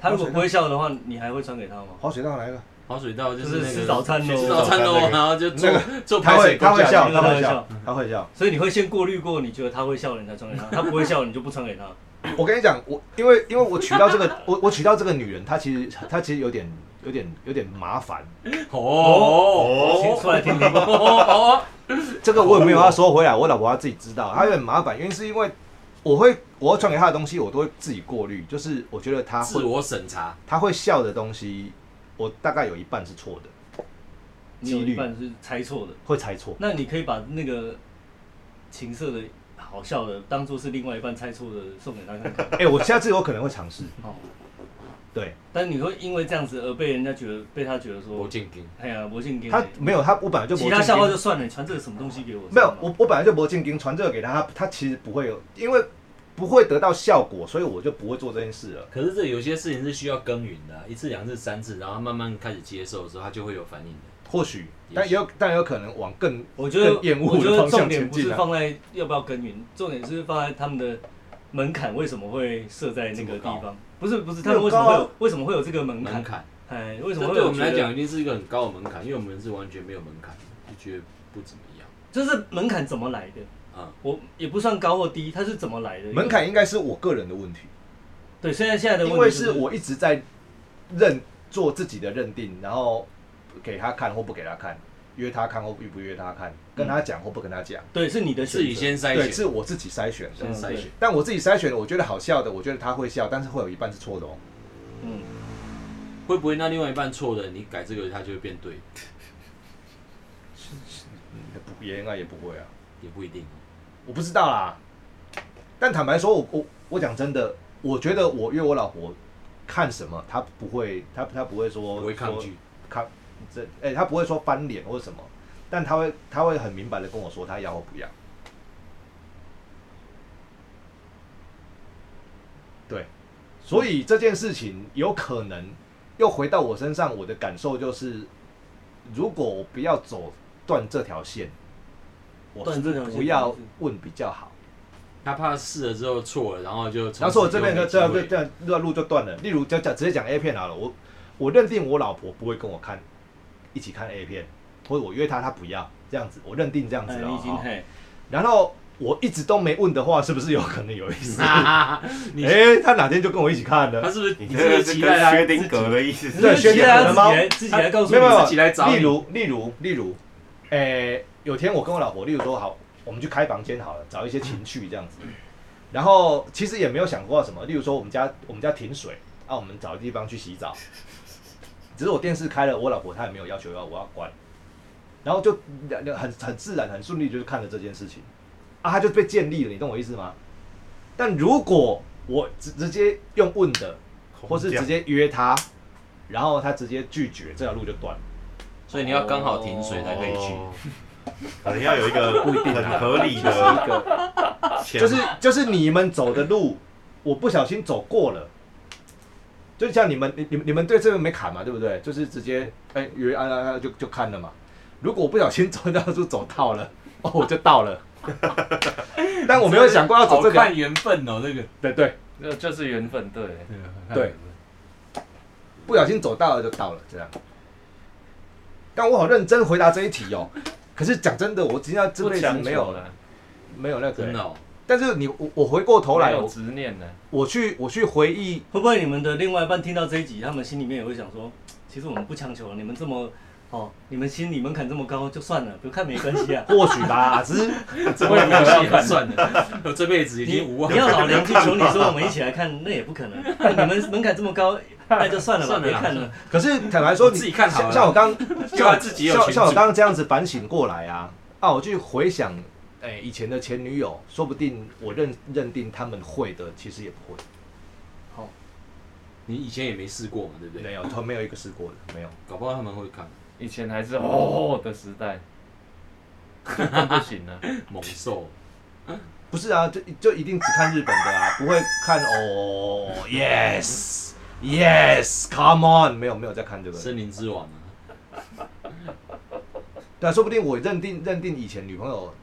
S2: 她如果不会笑的话，你还会传给她吗？
S3: 滑雪道哪一个？
S1: 滑水道就是
S2: 就是
S1: 那
S2: 吃
S1: 个
S2: 早餐
S1: 吃
S2: 喽
S1: 早，餐喽
S5: 那，个
S1: 然后就做
S3: 那
S1: 做
S3: 他
S1: 拍
S3: 会
S1: 水
S3: 他会
S1: 架
S3: 笑，
S2: 那个他
S3: 他会
S2: 会
S3: 笑
S2: 笑，
S3: 他会笑。
S2: 所以你会先过滤过，你觉得她会笑了，你才传给她；她不会笑，你就不传给她。
S3: 我跟你讲，我因为因为我娶到这个我我娶到这个女人，她其实她其实有点有点有点麻烦，
S1: 哦哦
S2: 请出来听听。
S1: 哦哦，
S3: 这个我也没有要收回来，我老婆她自己知道，她有点麻烦，原因是因为我会我要传给她的东西，我都会自己过滤，就是我觉得她
S1: 自
S3: 会
S1: 我审查，
S3: 她会笑的东西，我大概有一半是错的，
S2: 你有
S3: 几
S2: 一
S3: 率
S2: 半是猜错的，
S3: 会猜错。
S2: 那你可以把那个情色的好笑的当做是另外一半猜错的送给她看看。
S3: 哎、我下次有可能会尝试，
S2: [LAUGHS] 哦，
S3: 对
S2: 但你会因为这样子而被人家觉得被他觉得
S1: 我
S2: 说，
S1: 进京，
S2: 哎呀，魔性给
S3: 她
S2: 你。
S3: 没有她，我本来就
S2: 其
S3: 没
S2: 他
S3: 有
S2: 笑话就算了，你传这个什么东西给我？
S3: 没有
S2: 知道吗
S3: 我我本来就没进京传这个给她，她她其实不会有，因为不会得到效果，所以我就不会做这件事了。
S1: 可是这有些事情是需要耕耘的啊，一次、两次、三次，然后他慢慢开始接受的时候，他就会有反应的。
S3: 或许，但也有但也有可能往更
S2: 我觉得
S3: 更厌恶
S2: 我觉
S3: 的
S2: 得
S3: 方
S2: 重
S3: 向
S2: 点
S3: 前
S2: 不是
S3: 进啊。
S2: 放在要不要耕耘，重点是放在他们的门槛为什么会设在那个地
S1: 这
S3: 啊
S2: 方？不是不是，他们为什么会有为什么会有这个门
S1: 门
S2: 槛？
S1: 槛，
S2: 哎，为
S1: 这
S2: 什么会
S1: 对
S2: 有
S1: 我们来
S2: 觉得
S1: 讲一定是一个很高的门槛，因为我们是完全没有门槛，就觉得不怎么样。
S2: 就是门槛怎么来的？
S1: 啊，
S2: 我也不算高或低，它是怎么来的？
S3: 门槛应该是我个人的问题，
S2: 对，现在现在的问
S3: 因
S2: 题
S3: 为
S2: 就是
S3: 我一直在认做自己的认定，然后给他看或不给他看，约他看或不不约他看，跟他讲或不跟他讲，
S2: 对是你的
S1: 自己
S2: 选择，
S1: 先嗯筛
S3: 对，
S1: 选，
S3: 是我自己筛选的。
S1: 先筛选。
S3: 但我自己筛选的，我觉得好笑的，我觉得他会笑，但是会有一半是错的哦。
S2: 嗯，
S1: 会不会那另外一半错的，你改这个他就会变对，
S3: 也嗯不也应该也不会啊，
S1: 也不一定。
S3: 我不知道啦。但坦白说，我我我讲真的，我觉得我约我老婆看什么，她不会，她她不会说
S1: 不会抗
S3: 哦说
S1: 拒，
S3: 看这，哎、他不会说翻脸或者什么，但他会他会很明白的跟我说他要或不要。对，所以这件事情有可能又回到我身上，我的感受就是，如果我不要走断这条线，我
S2: 断这条线
S3: 不要问比较好。
S1: 他怕试了之后错了，然后就
S3: 然后说我这边啊就
S1: 就
S3: 这样这样这段路就断了。例如讲讲直接讲 A 片好了，我我认定我老婆不会跟我看一起看 A 片，或者我约她她不要这样子，我认定这样子
S2: 哎
S3: 了、
S2: 你已经
S3: 哦
S2: 嘿，
S3: 然后我一直都没问的话，是不是有可能有意
S2: 嗯
S3: [LAUGHS] 思？哎、
S1: 你
S3: 她哪天就跟我一起看
S1: 他
S3: 了？
S1: 是不是你
S5: 你
S1: 是
S5: 这
S1: 不是
S5: 个是
S1: 期
S5: 跟
S1: 待他
S5: 薛定谔的意思
S2: 你
S5: 是
S2: 是不
S3: 对
S2: 是
S3: 薛
S2: 期
S3: 定谔
S2: 待
S3: 的
S2: 他
S3: 猫
S2: 自己来自己来告诉
S3: 没
S2: 你
S3: 有没
S2: 自
S3: 有
S2: 己，
S1: 己来找你
S3: 例如例如例如，哎、有天我跟我老婆，例如说好，我们去开房间好了，找一些情趣这样子。然后其实也没有想过什么，例如说我们家我们家停水，啊，我们找地方去洗澡。只是我电视开了，我老婆她也没有要求要我要关，然后就很很自然很顺利就是看了这件事情，啊，她就被建立了，你懂我意思吗？但如果我直直接用问的，或是直接约她，然后她直接拒绝，这条路就断了。
S1: 所以你要刚好停水才可以去。
S5: 哦可能要有一个很合理的
S3: [LAUGHS]
S5: 前，
S3: 就是就是你们走的路，我不小心走过了，就像你们你你们你们对这个没砍嘛，对不对？就是直接哎约啊啊啊就就看了嘛。如果我不小心走到就走到了， [LAUGHS] 哦我就到了， [LAUGHS] 但
S1: 哦
S3: 我没有想过要走这
S1: 好
S3: 条，
S1: 看缘分哦，这个
S3: 对对
S4: 那就是缘分，对。嗯
S3: 对，不小心走到了就到了这样。但我好认真回答这一题哦，可是讲真的，我今天这
S4: 不
S3: 辈子
S4: 强求
S3: 没有
S4: 啦，
S3: 没有那个，
S1: 真的哦，
S3: 但是你我我回过头来，
S4: 没有
S3: 我
S4: 执念呢。
S3: 我去我去回忆。
S2: 会不会你们的另外一半听到这一集，他们心里面也会想说，其实我们不强求，啊你们这么哦，你们心理门槛这么高就算了，不看没关系啊
S3: 或许吧， [LAUGHS] 只是
S1: 这我也没有看算了，我这辈子已
S2: 你
S1: 经无
S2: 你
S1: 望。
S2: 要老娘去求你说我们一起来看，那也不可能。那你们门槛这么高，那就算了吧，
S1: 算了
S2: 别
S1: 啦
S2: 看了。
S3: 可是坦白说，
S1: 我
S3: 你
S1: 自己看好了
S3: 像像我刚，
S1: [LAUGHS] 就他自己有
S3: 像
S1: 群
S3: 像我
S1: 主
S3: 刚刚这样子反省过来啊，啊，我去回想，哎、以前的前女友，说不定我认认定他们会的，其实也不会。
S2: 好，
S1: 你以前也没试过嘛，对不对？
S3: 没有，他没有一个试过的，没有。
S1: 搞不好他们会看
S4: 以前还是哦的时代，就更不行啊了。
S1: 猛兽，
S3: 不是啊，就就一定只看日本的啊，不会看哦，yes yes，come on，没有没有在看这个。
S1: 森林之王啊，
S3: 对啊，说不定我认定认定以前女朋友，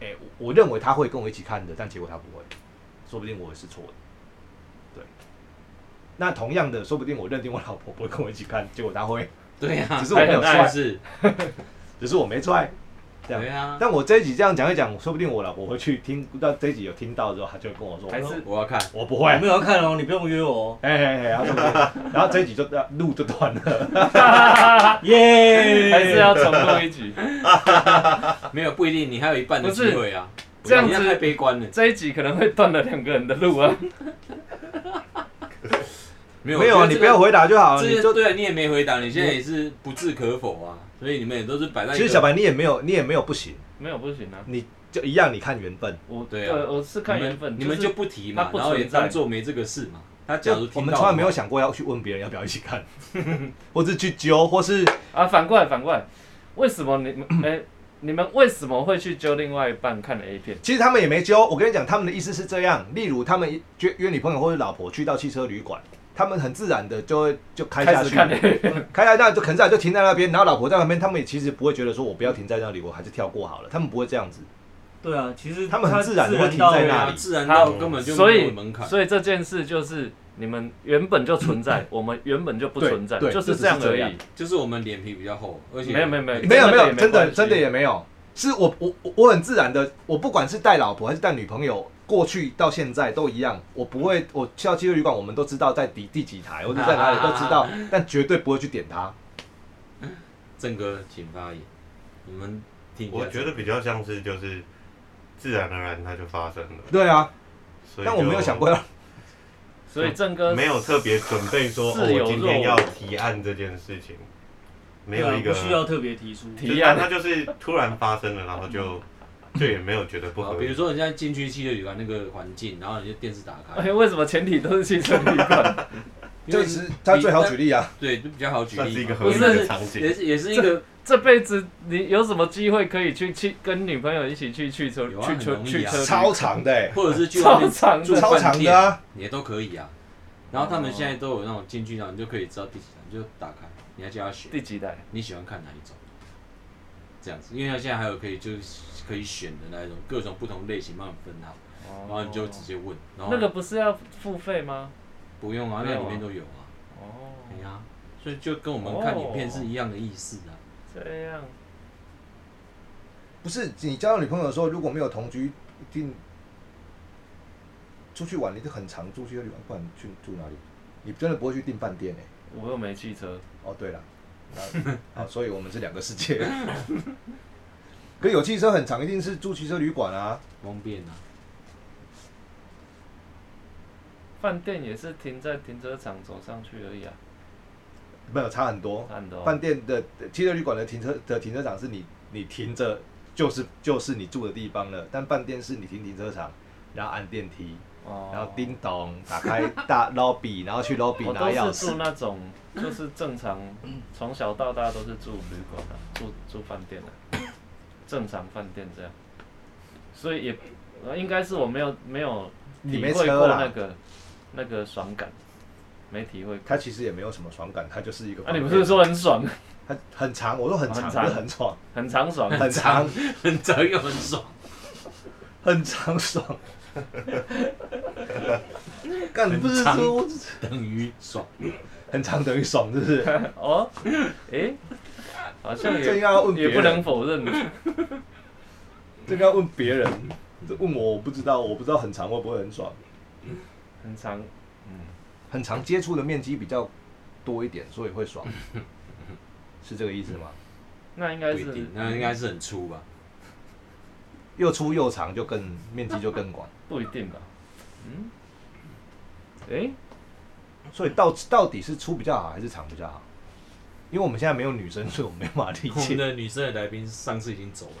S3: 哎、我我认为她会跟我一起看的，但结果她不会，说不定我是错的。对，那同样的，说不定我认定我老婆不会跟我一起看，结果她会，
S1: 对 [LAUGHS] 呀、啊，
S3: 只是我没有
S1: 还很
S3: 踹
S1: 爱是，
S3: 只是我没踹。这样
S1: 对啊，
S3: 但我这一集这样讲一讲，说不定我老婆会去听到这一集有听到之后，她就会跟我说，
S2: 还是
S4: [LAUGHS]
S1: 啊我要看，
S3: 我不
S2: 我
S3: 会
S2: 没。有要看哦，你不用约我
S3: 哎哎哎，然后说不定然后这一集就路就
S1: [LAUGHS]
S3: 断了。
S2: 哦，耶！
S4: 还是要重录一集。
S1: 没有不一定，你还有一半的
S4: 不
S1: 机
S4: 是
S1: 会啊，
S4: 这样
S1: 你
S4: 子
S1: 太悲观了，
S4: 这一集可能会断了两个人的路啊。
S1: 没有
S3: 没
S1: 我
S3: 有啊，
S1: 觉得
S3: 你
S1: 这
S3: 不
S1: 个
S3: 要回答就好。
S1: 这
S3: 你
S1: 些
S3: 就
S1: 对啊，你也没回答，你现在也是不置可否啊，所以你们也都是摆在一
S3: 其
S1: 个
S3: 实小白你也没有，你也没有不行，
S4: 没有不行啊，
S3: 你就一样，你看缘分。
S4: 我
S1: 对啊
S4: 呃我是看缘分，
S1: 你们你们
S4: 就
S1: 就是不提嘛
S4: 它，不
S1: 然后也
S4: 存在
S1: 当做没这个事嘛。他假
S3: 就
S1: 如听到
S3: 我们从来没有
S1: 的话，
S3: 想过要去问别人要不要一起看， [LAUGHS] 或是去揪，或是
S4: 啊反过来反过来，为什么你们 [COUGHS] 哎、你们为什么会去揪另外一半看 A 片？
S3: 其实他们也没揪。我跟你讲，他们的意思是这样，例如他们约约女朋友或者老婆去到汽车旅馆，他们很自然的就会就
S1: [LAUGHS]
S3: 开下
S4: 开始
S3: 去，
S4: 看 A 片，
S3: 开下去那就很自然就停在那边，然后老婆在旁边，他们也其实不会觉得说我不要停在那里，我还是跳过好了，他们不会这样子。
S2: 对啊，其实
S3: 他们很
S2: 它
S3: 自然地会停
S2: 到
S3: 在
S1: 对
S3: 那
S1: 啊，
S3: 里
S1: 自然到根本就
S4: 所
S1: 没有
S4: 以
S1: 门槛。
S4: 所以这件事就是你们原本就
S1: [COUGHS]
S4: 存在，我们原本就不
S3: 对
S4: 存在，
S3: 对
S4: 就
S3: 就是
S4: 这样
S3: 这
S4: 而
S3: 样
S4: 已。
S1: 就是我们脸皮比较厚，而且
S4: 没有没有没有
S3: 没有没有，
S4: 欸
S3: 真
S4: 真的也没关
S3: 的
S4: 系
S3: 真的也没有，是我我我我很自然的，我不管是带老婆还是带女朋友，过去到现在都一样，我不会，我去到汽车旅馆，我们都知道在第第几台或者在哪里
S4: 啊
S3: 都知道，但绝对不会去点它。
S1: 郑哥，请发言，你们听一下。
S5: 我觉得比较像是就是自然而然它就发生了，
S3: 对啊，
S5: 所以
S3: 但我
S5: 就
S3: 没有想过要，
S4: 所以郑哥
S5: 没有特别准备说哦，
S4: 是有
S5: 我今天
S4: 肉
S5: 要提案这件事情，没
S2: 对
S5: 有
S2: 啊
S5: 一个
S2: 不需要特别提出，
S4: 提
S5: 就是
S4: 案
S5: 它它就是突然发生了，然后就
S1: [LAUGHS]
S5: 就也没有觉得不
S1: 啊
S5: 合理。
S1: 比如说人家进去汽车旅馆那个环境，然后你就电视打
S4: 哎、
S1: 开，
S4: 为什么前提都是汽车旅
S1: [LAUGHS]
S4: 馆？
S1: 因为
S3: 这是他最好举例啊。
S1: 对，就比较好举
S5: 算是
S1: 例
S5: 一
S1: 嘛，
S5: 个合理
S1: 因为
S5: 的
S1: 是
S5: 场
S1: 也
S5: 景，
S1: 是也是一个
S4: 这辈子你有什么机会可以去去跟女朋友一起去去车、
S1: 有啊
S4: 去
S1: 很
S4: 车
S1: 容易啊
S4: 去车旅
S3: 超长的、欸，
S1: 或者是去外
S4: 超
S1: 面
S4: 长
S1: 住
S4: 的？
S3: 超
S1: 饭
S3: 长
S1: 店
S3: 的啊！
S1: 也都可以啊。然后他们现在都有那种进去，然后你就可以知道第几台，你就打开，你要叫他选
S4: 第几代？
S1: 你喜欢看哪一种，这样子，因为他现在还有可以就是可以选的那一种各种不同类型慢慢分好，然后哦你就直接问，然后
S4: 哦那个不是要付费吗？
S1: 不用啊，
S4: 没
S1: 那
S4: 有啊
S1: 里面都有啊，哎
S4: 哦，
S1: 呀、所以就跟我们看影片是一样的意思啊。
S4: 哦这样
S3: 不是你交到女朋友的时候，如果没有同居，一定出去玩，你就很常住去旅馆，不然去住哪里？你真的不会去订饭店哎、
S4: 我又没汽车，
S3: 哦，对了，啊，所以我们是两个世界。可有汽车很长，一定是住汽车旅馆啊。
S1: 方便啊， [LAUGHS]
S4: 饭店也是停在停车场走上去而已啊，
S3: 没有差很多。
S4: 看的、
S3: 饭
S4: 哦。
S3: 店的汽车旅馆的停车的停车场是你你停着就是就是你住的地方了，但饭店是你停停车场，然后按电梯，
S4: 哦
S3: 然后叮咚打开
S4: [LAUGHS]
S3: 大 lobby，然后去 lobby
S4: 我
S3: 拿钥
S4: 都是住
S3: 匙。
S4: 那种，就是正常，从小到大都是住旅馆啊，住住饭店啊，正常饭店这样，所以也呃应该是我没有没有
S3: 你
S4: 体
S3: 没
S4: 会
S3: 车
S4: 过
S3: 啦
S4: 那个那个爽感，没体会
S3: 它
S4: 过。
S3: 其实也没有什么爽感，它就是一个。
S4: 啊，你不是说很爽，
S3: 它很长？我说很长，
S4: 很长
S3: 不是很爽，
S4: 很常爽？
S3: 很长，
S1: 很早又很爽，
S3: 很长
S1: [LAUGHS]
S3: 爽。干，你不是
S1: 很长
S3: 说
S1: 等于爽。
S3: 很长等于爽，是不是？
S1: [LAUGHS]
S4: [LAUGHS] 哦，诶、好像
S3: 这应
S4: 也
S3: 该要问别
S4: 也
S3: 人，
S4: 不能否认，
S3: 这应该要问别人。这问我，我不知道，我不知道很长会不会很爽。
S4: 很常，嗯，
S3: 很长接触的面积比较多一点，所以
S1: [LAUGHS]
S3: 会爽，是这个意思吗？
S4: 那应该
S1: 不一
S4: 是
S1: 定，那应该是很粗吧？
S3: 又粗又长就更面积就更广，
S4: 不一定吧？嗯，诶、
S3: 所以到到底是粗比较好还是长比较好？因为我们现在没有女生，所以我没办法理
S1: [LAUGHS] 我们
S3: 解。
S1: 的女生的来宾上次已经走了，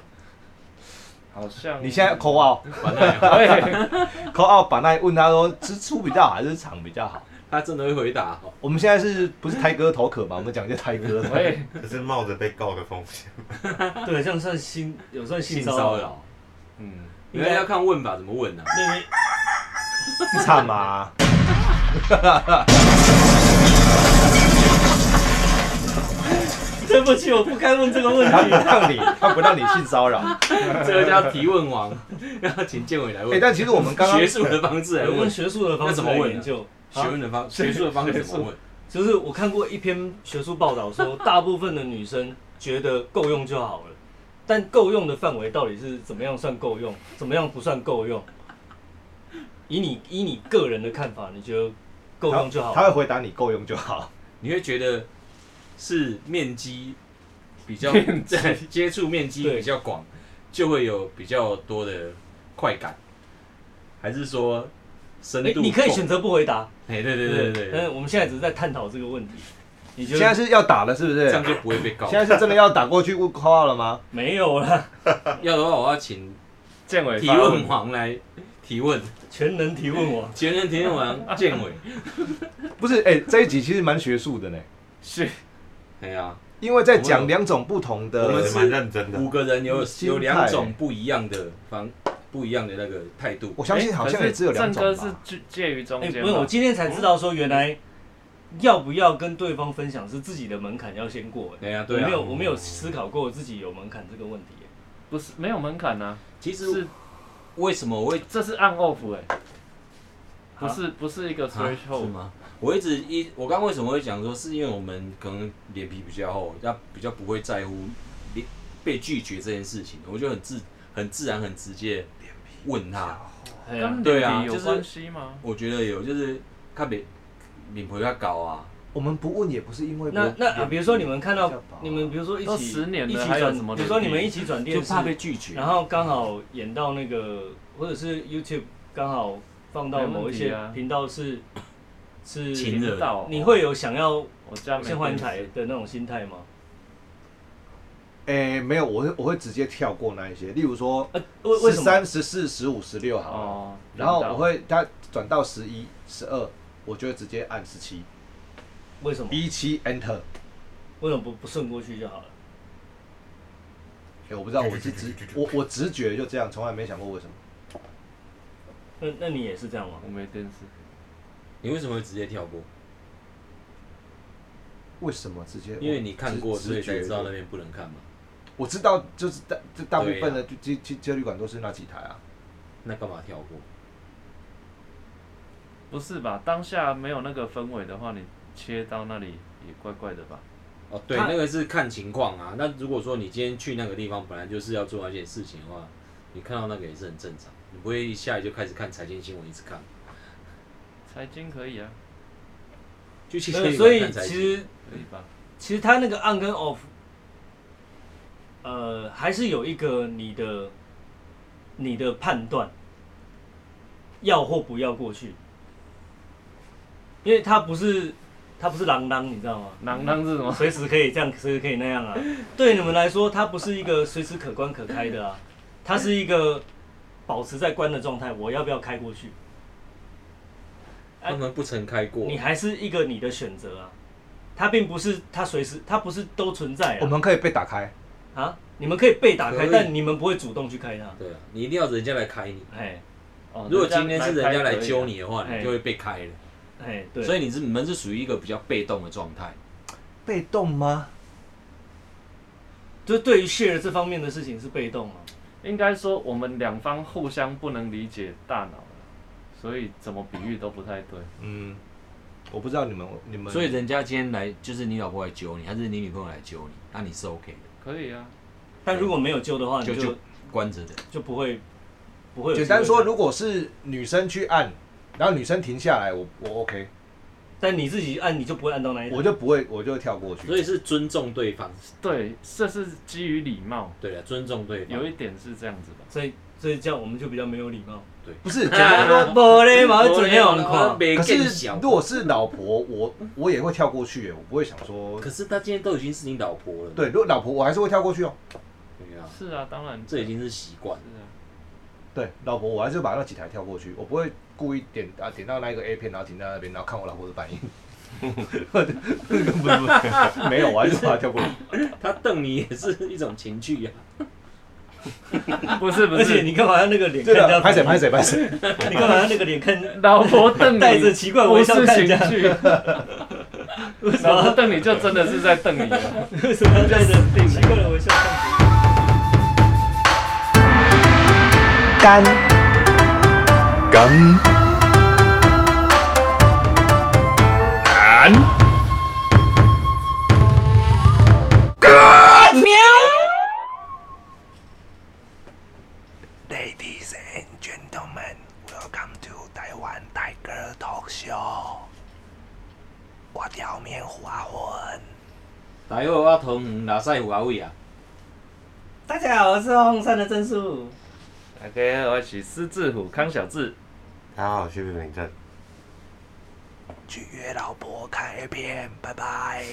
S4: 好像
S3: 你现
S4: [LAUGHS]
S3: 在扣 out
S1: 完了， [LAUGHS]
S4: 喂。
S3: 扣 out 把那问他说是粗比较好还是长比较好？
S1: 他真的会回答、哦。
S3: 我们现在是不是胎哥头壳
S2: [LAUGHS]
S3: 嘛？我们讲一些胎哥的。
S2: 喂，
S5: 可是冒着被告的风险，
S2: 啊对，这样算性有算性
S1: 性
S2: 骚
S1: 骚
S2: 扰。
S1: 扰，
S4: 嗯，
S1: 应该要看问法怎么问啊。
S2: 那边
S3: 惨嘛！
S2: [LAUGHS] 对不起，我不该问这个问
S3: 他不
S2: 题。
S3: 让你，他不让你性
S2: [LAUGHS]
S3: 骚扰。
S1: 这个叫提问王， [LAUGHS] 要请建伟来
S3: 哎、
S1: 问。
S3: 但其实我们刚刚
S1: 学术的方式来啊
S2: 我
S1: 问
S2: 用，学术啊的方
S1: 那
S2: 式
S1: 怎么
S2: 来
S1: 问
S2: 研究，
S1: 学问的方学术的方式怎么问？
S2: 就是我看过一篇学术报道说，大部分的女生觉得够用就好了，但够用的范围到底是怎么样算够用，怎么样不算够用？以你以你个人的看法，你觉得够用就好
S3: 他
S2: 了？
S3: 会回答你够用就好。
S1: 你会觉得是面积比较
S4: 面
S1: [LAUGHS] 接触面积比较广，就会有比较多的快感，还是说深
S2: 哎
S1: 度够？
S2: 你可以选择嗯不回答。
S1: 哎、对对对对对，
S2: 但是我们现在只是在探讨这个问题。你觉
S3: 现
S2: 得
S3: 在是要打了，是不是
S1: 这？样就不会被告
S3: 现。在是真的要打过去问号了吗？
S2: 没有啦，
S1: 要的话，我要请
S4: 建伟
S1: 提
S4: 发
S1: 问王来提问，
S2: 全能提问我。
S1: 前任提问王建伟。
S3: 不是，哎、这一集其实蛮学术的呢，
S4: 是
S1: 哎呀、
S3: 因为在讲两种不同
S5: 我
S1: 我
S5: 们
S1: 们
S3: 的
S1: 是。
S5: 蛮认真的
S1: 五。个人有
S3: 心态
S1: 有两种不一样的方，不一样的那个态度。
S3: 我相信好像
S4: 哎可
S3: 也
S4: 是
S3: 只有两种
S4: 正哥
S3: 吧
S4: 是。介介于中
S2: 哎、
S4: 间
S2: 不
S4: 吧，
S2: 是，我今天才知道说原来要不要跟对方分享是自己的门槛要先过、哎
S1: 哎呀，对
S2: 我
S1: 啊
S2: 没，有我没有思考过自己有门槛这个问题、哎
S4: 不是没有门槛呐，
S1: 其实
S4: 是
S1: 为什么我会
S4: 这是 on off 哎，不
S2: 啊
S4: 是不是一个
S1: 啊是
S4: threshold，
S1: 吗？我一直一，我刚为什么会讲说，是因为我们可能脸皮比较厚，要比较不会在乎你被拒绝这件事情，我就很自很自然很直接问他。
S2: 哎呀
S4: 跟
S1: 对啊
S4: 脸皮
S1: 就
S4: 有
S1: 是
S4: 关系吗？
S1: 我觉得有就是看别脸皮要搞啊，
S3: 我们不问也不是因为
S2: 那
S3: 我
S2: 那、啊、比如说你们看到
S3: 比较薄啊
S2: 你们比如说一
S4: 都
S2: 起
S4: 十年了
S2: 一起
S4: 还有
S2: 转
S4: 什么，
S2: 比如说
S4: 能
S2: 你
S4: 力
S2: 们一起转
S1: 就
S2: 电视，
S1: 怕被拒绝。
S2: 然后刚好演到那个，或者是 YouTube 刚好放到某一
S4: 没
S2: 些
S4: 问题啊
S2: 频道是、是，
S1: 情人
S4: 到哦
S2: 你会有想要
S4: 我家没
S2: 先换
S4: 电视
S2: 台的那种心态吗？
S3: 哎、没有，我会我会直接跳过那一些，例如说
S2: 呃，为为什
S3: 十
S2: 么？
S3: 三、十四、十五、十六好了
S4: 哦，
S3: 然后
S4: 频道
S3: 我会它转到十一、十二，我就会直接按十七、
S2: 为什么？
S3: 一七 Enter。
S2: 为什么不不顺过去就好了？
S3: 哎、我不知道，我是直我我直觉就这样，从来没想过为什么。
S2: 那那你也是这样吗？
S4: 我没电视，
S1: 你为什么会直接跳过？
S3: 为什么直接？
S1: 因为你看过，
S3: 我
S1: 所
S3: 直
S1: 以
S3: 直
S1: 才
S3: 觉
S1: 知道那边不能看嘛。
S3: 我知道，就是大这大部
S1: 对啊
S3: 分的就机机车旅馆都是那几台啊。
S1: 那干嘛跳过？
S4: 不是吧？当下没有那个氛围的话，你切到那里也怪怪的吧？
S1: 哦，对，
S2: 他
S1: 那个是看情况啊。那如果说你今天去那个地方本来就是要做那件事情的话，你看到那个也是很正常，你不会一下来就开始看财经新闻一直看。
S4: 财经可以啊，
S1: 就其
S2: 对
S1: 实
S2: 所以其
S1: 实
S2: 实
S4: 可以吧？
S2: 其实他那个 on 跟 off，呃，还是有一个你的你的判断，要或不要过去，因为他不是他不是郎当，你知道吗？
S4: 囊囊是什么？
S2: 随时可以这样，随时可以那样啊。对你们来说，它不是一个随时可关可开的啊，它是一个保持在关的状态。我要不要开过去？
S1: 他们不曾开过
S2: 你，还是一个你的选择啊，它并不是它随时，它不是都存在啊。
S3: 我们可以被打开，
S2: 啊，你们可以被打开，
S1: 可以
S2: 但你们不会主动去开它。
S1: 对啊，你一定要人家来开你。
S2: 哎
S4: 哦
S1: 如果今天是人家
S4: 开
S1: 来
S4: 可以啊
S1: 揪你的话，
S2: 哎
S1: 你就会被开了。
S2: 哎，对，
S1: 所
S2: 以
S1: 以你是你们是属于一个比较被动的状态。
S3: 被动吗？
S2: 就对于 share 这方面的事情是被动啊。
S4: 应该说我们两方互相不能理解大脑了，所以怎么比喻都不太对。
S3: 嗯，我不知道你们你们。
S1: 所以人家今天来，就是你老婆来揪你，还是你女朋友来揪你，那你是 OK 的，
S4: 可以啊，
S2: 但如果没有救的话，你
S1: 就
S2: 就
S1: 就关着的。
S2: 就不会不会有
S3: 简单说，
S2: 机会
S3: 如果是女生去按，然后女生停下来，我我 OK，
S2: 但你自己按，你就不会按到那一台。
S3: 我就不会，我就会跳过去。
S1: 所以是尊重对方，
S4: 对，这是基于礼貌，
S1: 对啊，尊重对方。
S4: 有一点是这样子吧。
S2: 所以所以这样我们就比较没有礼貌。
S3: 不
S1: [LAUGHS]
S3: 是简单说， [LAUGHS]
S2: 无礼貌
S1: 我
S2: 准备人看。
S3: 可
S1: 可
S3: 是
S1: 是
S3: 如果是老婆，我我也会跳过去耶，我不会想说
S1: 可。是他今天都已经是你老婆了，
S3: 对，如果老婆我还是会跳过去哦。
S1: 对啊，
S4: 是啊，当然
S1: 这已经是习惯了。
S4: 是啊，
S3: 对，老婆，我还是把那几台跳过去，我不会故意点啊点到那一个 A 片，然后停在那边，然后看我老婆的反应。不是不是，没有，我还是把它跳过去。
S1: 他瞪你也是一种情趣啊呀、
S4: 啊不是不
S2: 而且
S4: 是，
S2: 你干嘛要那个脸看
S3: 对
S2: 人家
S3: 的，？拍谁拍谁拍谁。
S2: 你干嘛要那个脸看？
S4: 老婆瞪你，
S2: 带着奇怪
S4: 不
S2: 微笑
S4: 是
S2: 看人
S4: 情
S2: 家
S4: [LAUGHS] 趣，
S2: 为什
S4: 老
S2: 么
S4: 婆
S2: 要？
S4: 瞪你就真的是在瞪你 [LAUGHS] 了。
S2: 为什么要带着奇怪的微笑看人家？
S3: 干
S5: 干
S3: ，Ladies and gentlemen, welcome to 台湾 Tiger Talk Show。我叫棉花魂。
S1: 大家好，我同园拉塞有阿伟啊，
S2: 大家好，我是红山的真树。
S4: 大家好，我是狮子虎康小智，
S5: 大家好，我是魏明正。
S3: 去约老婆看 A 片，拜拜。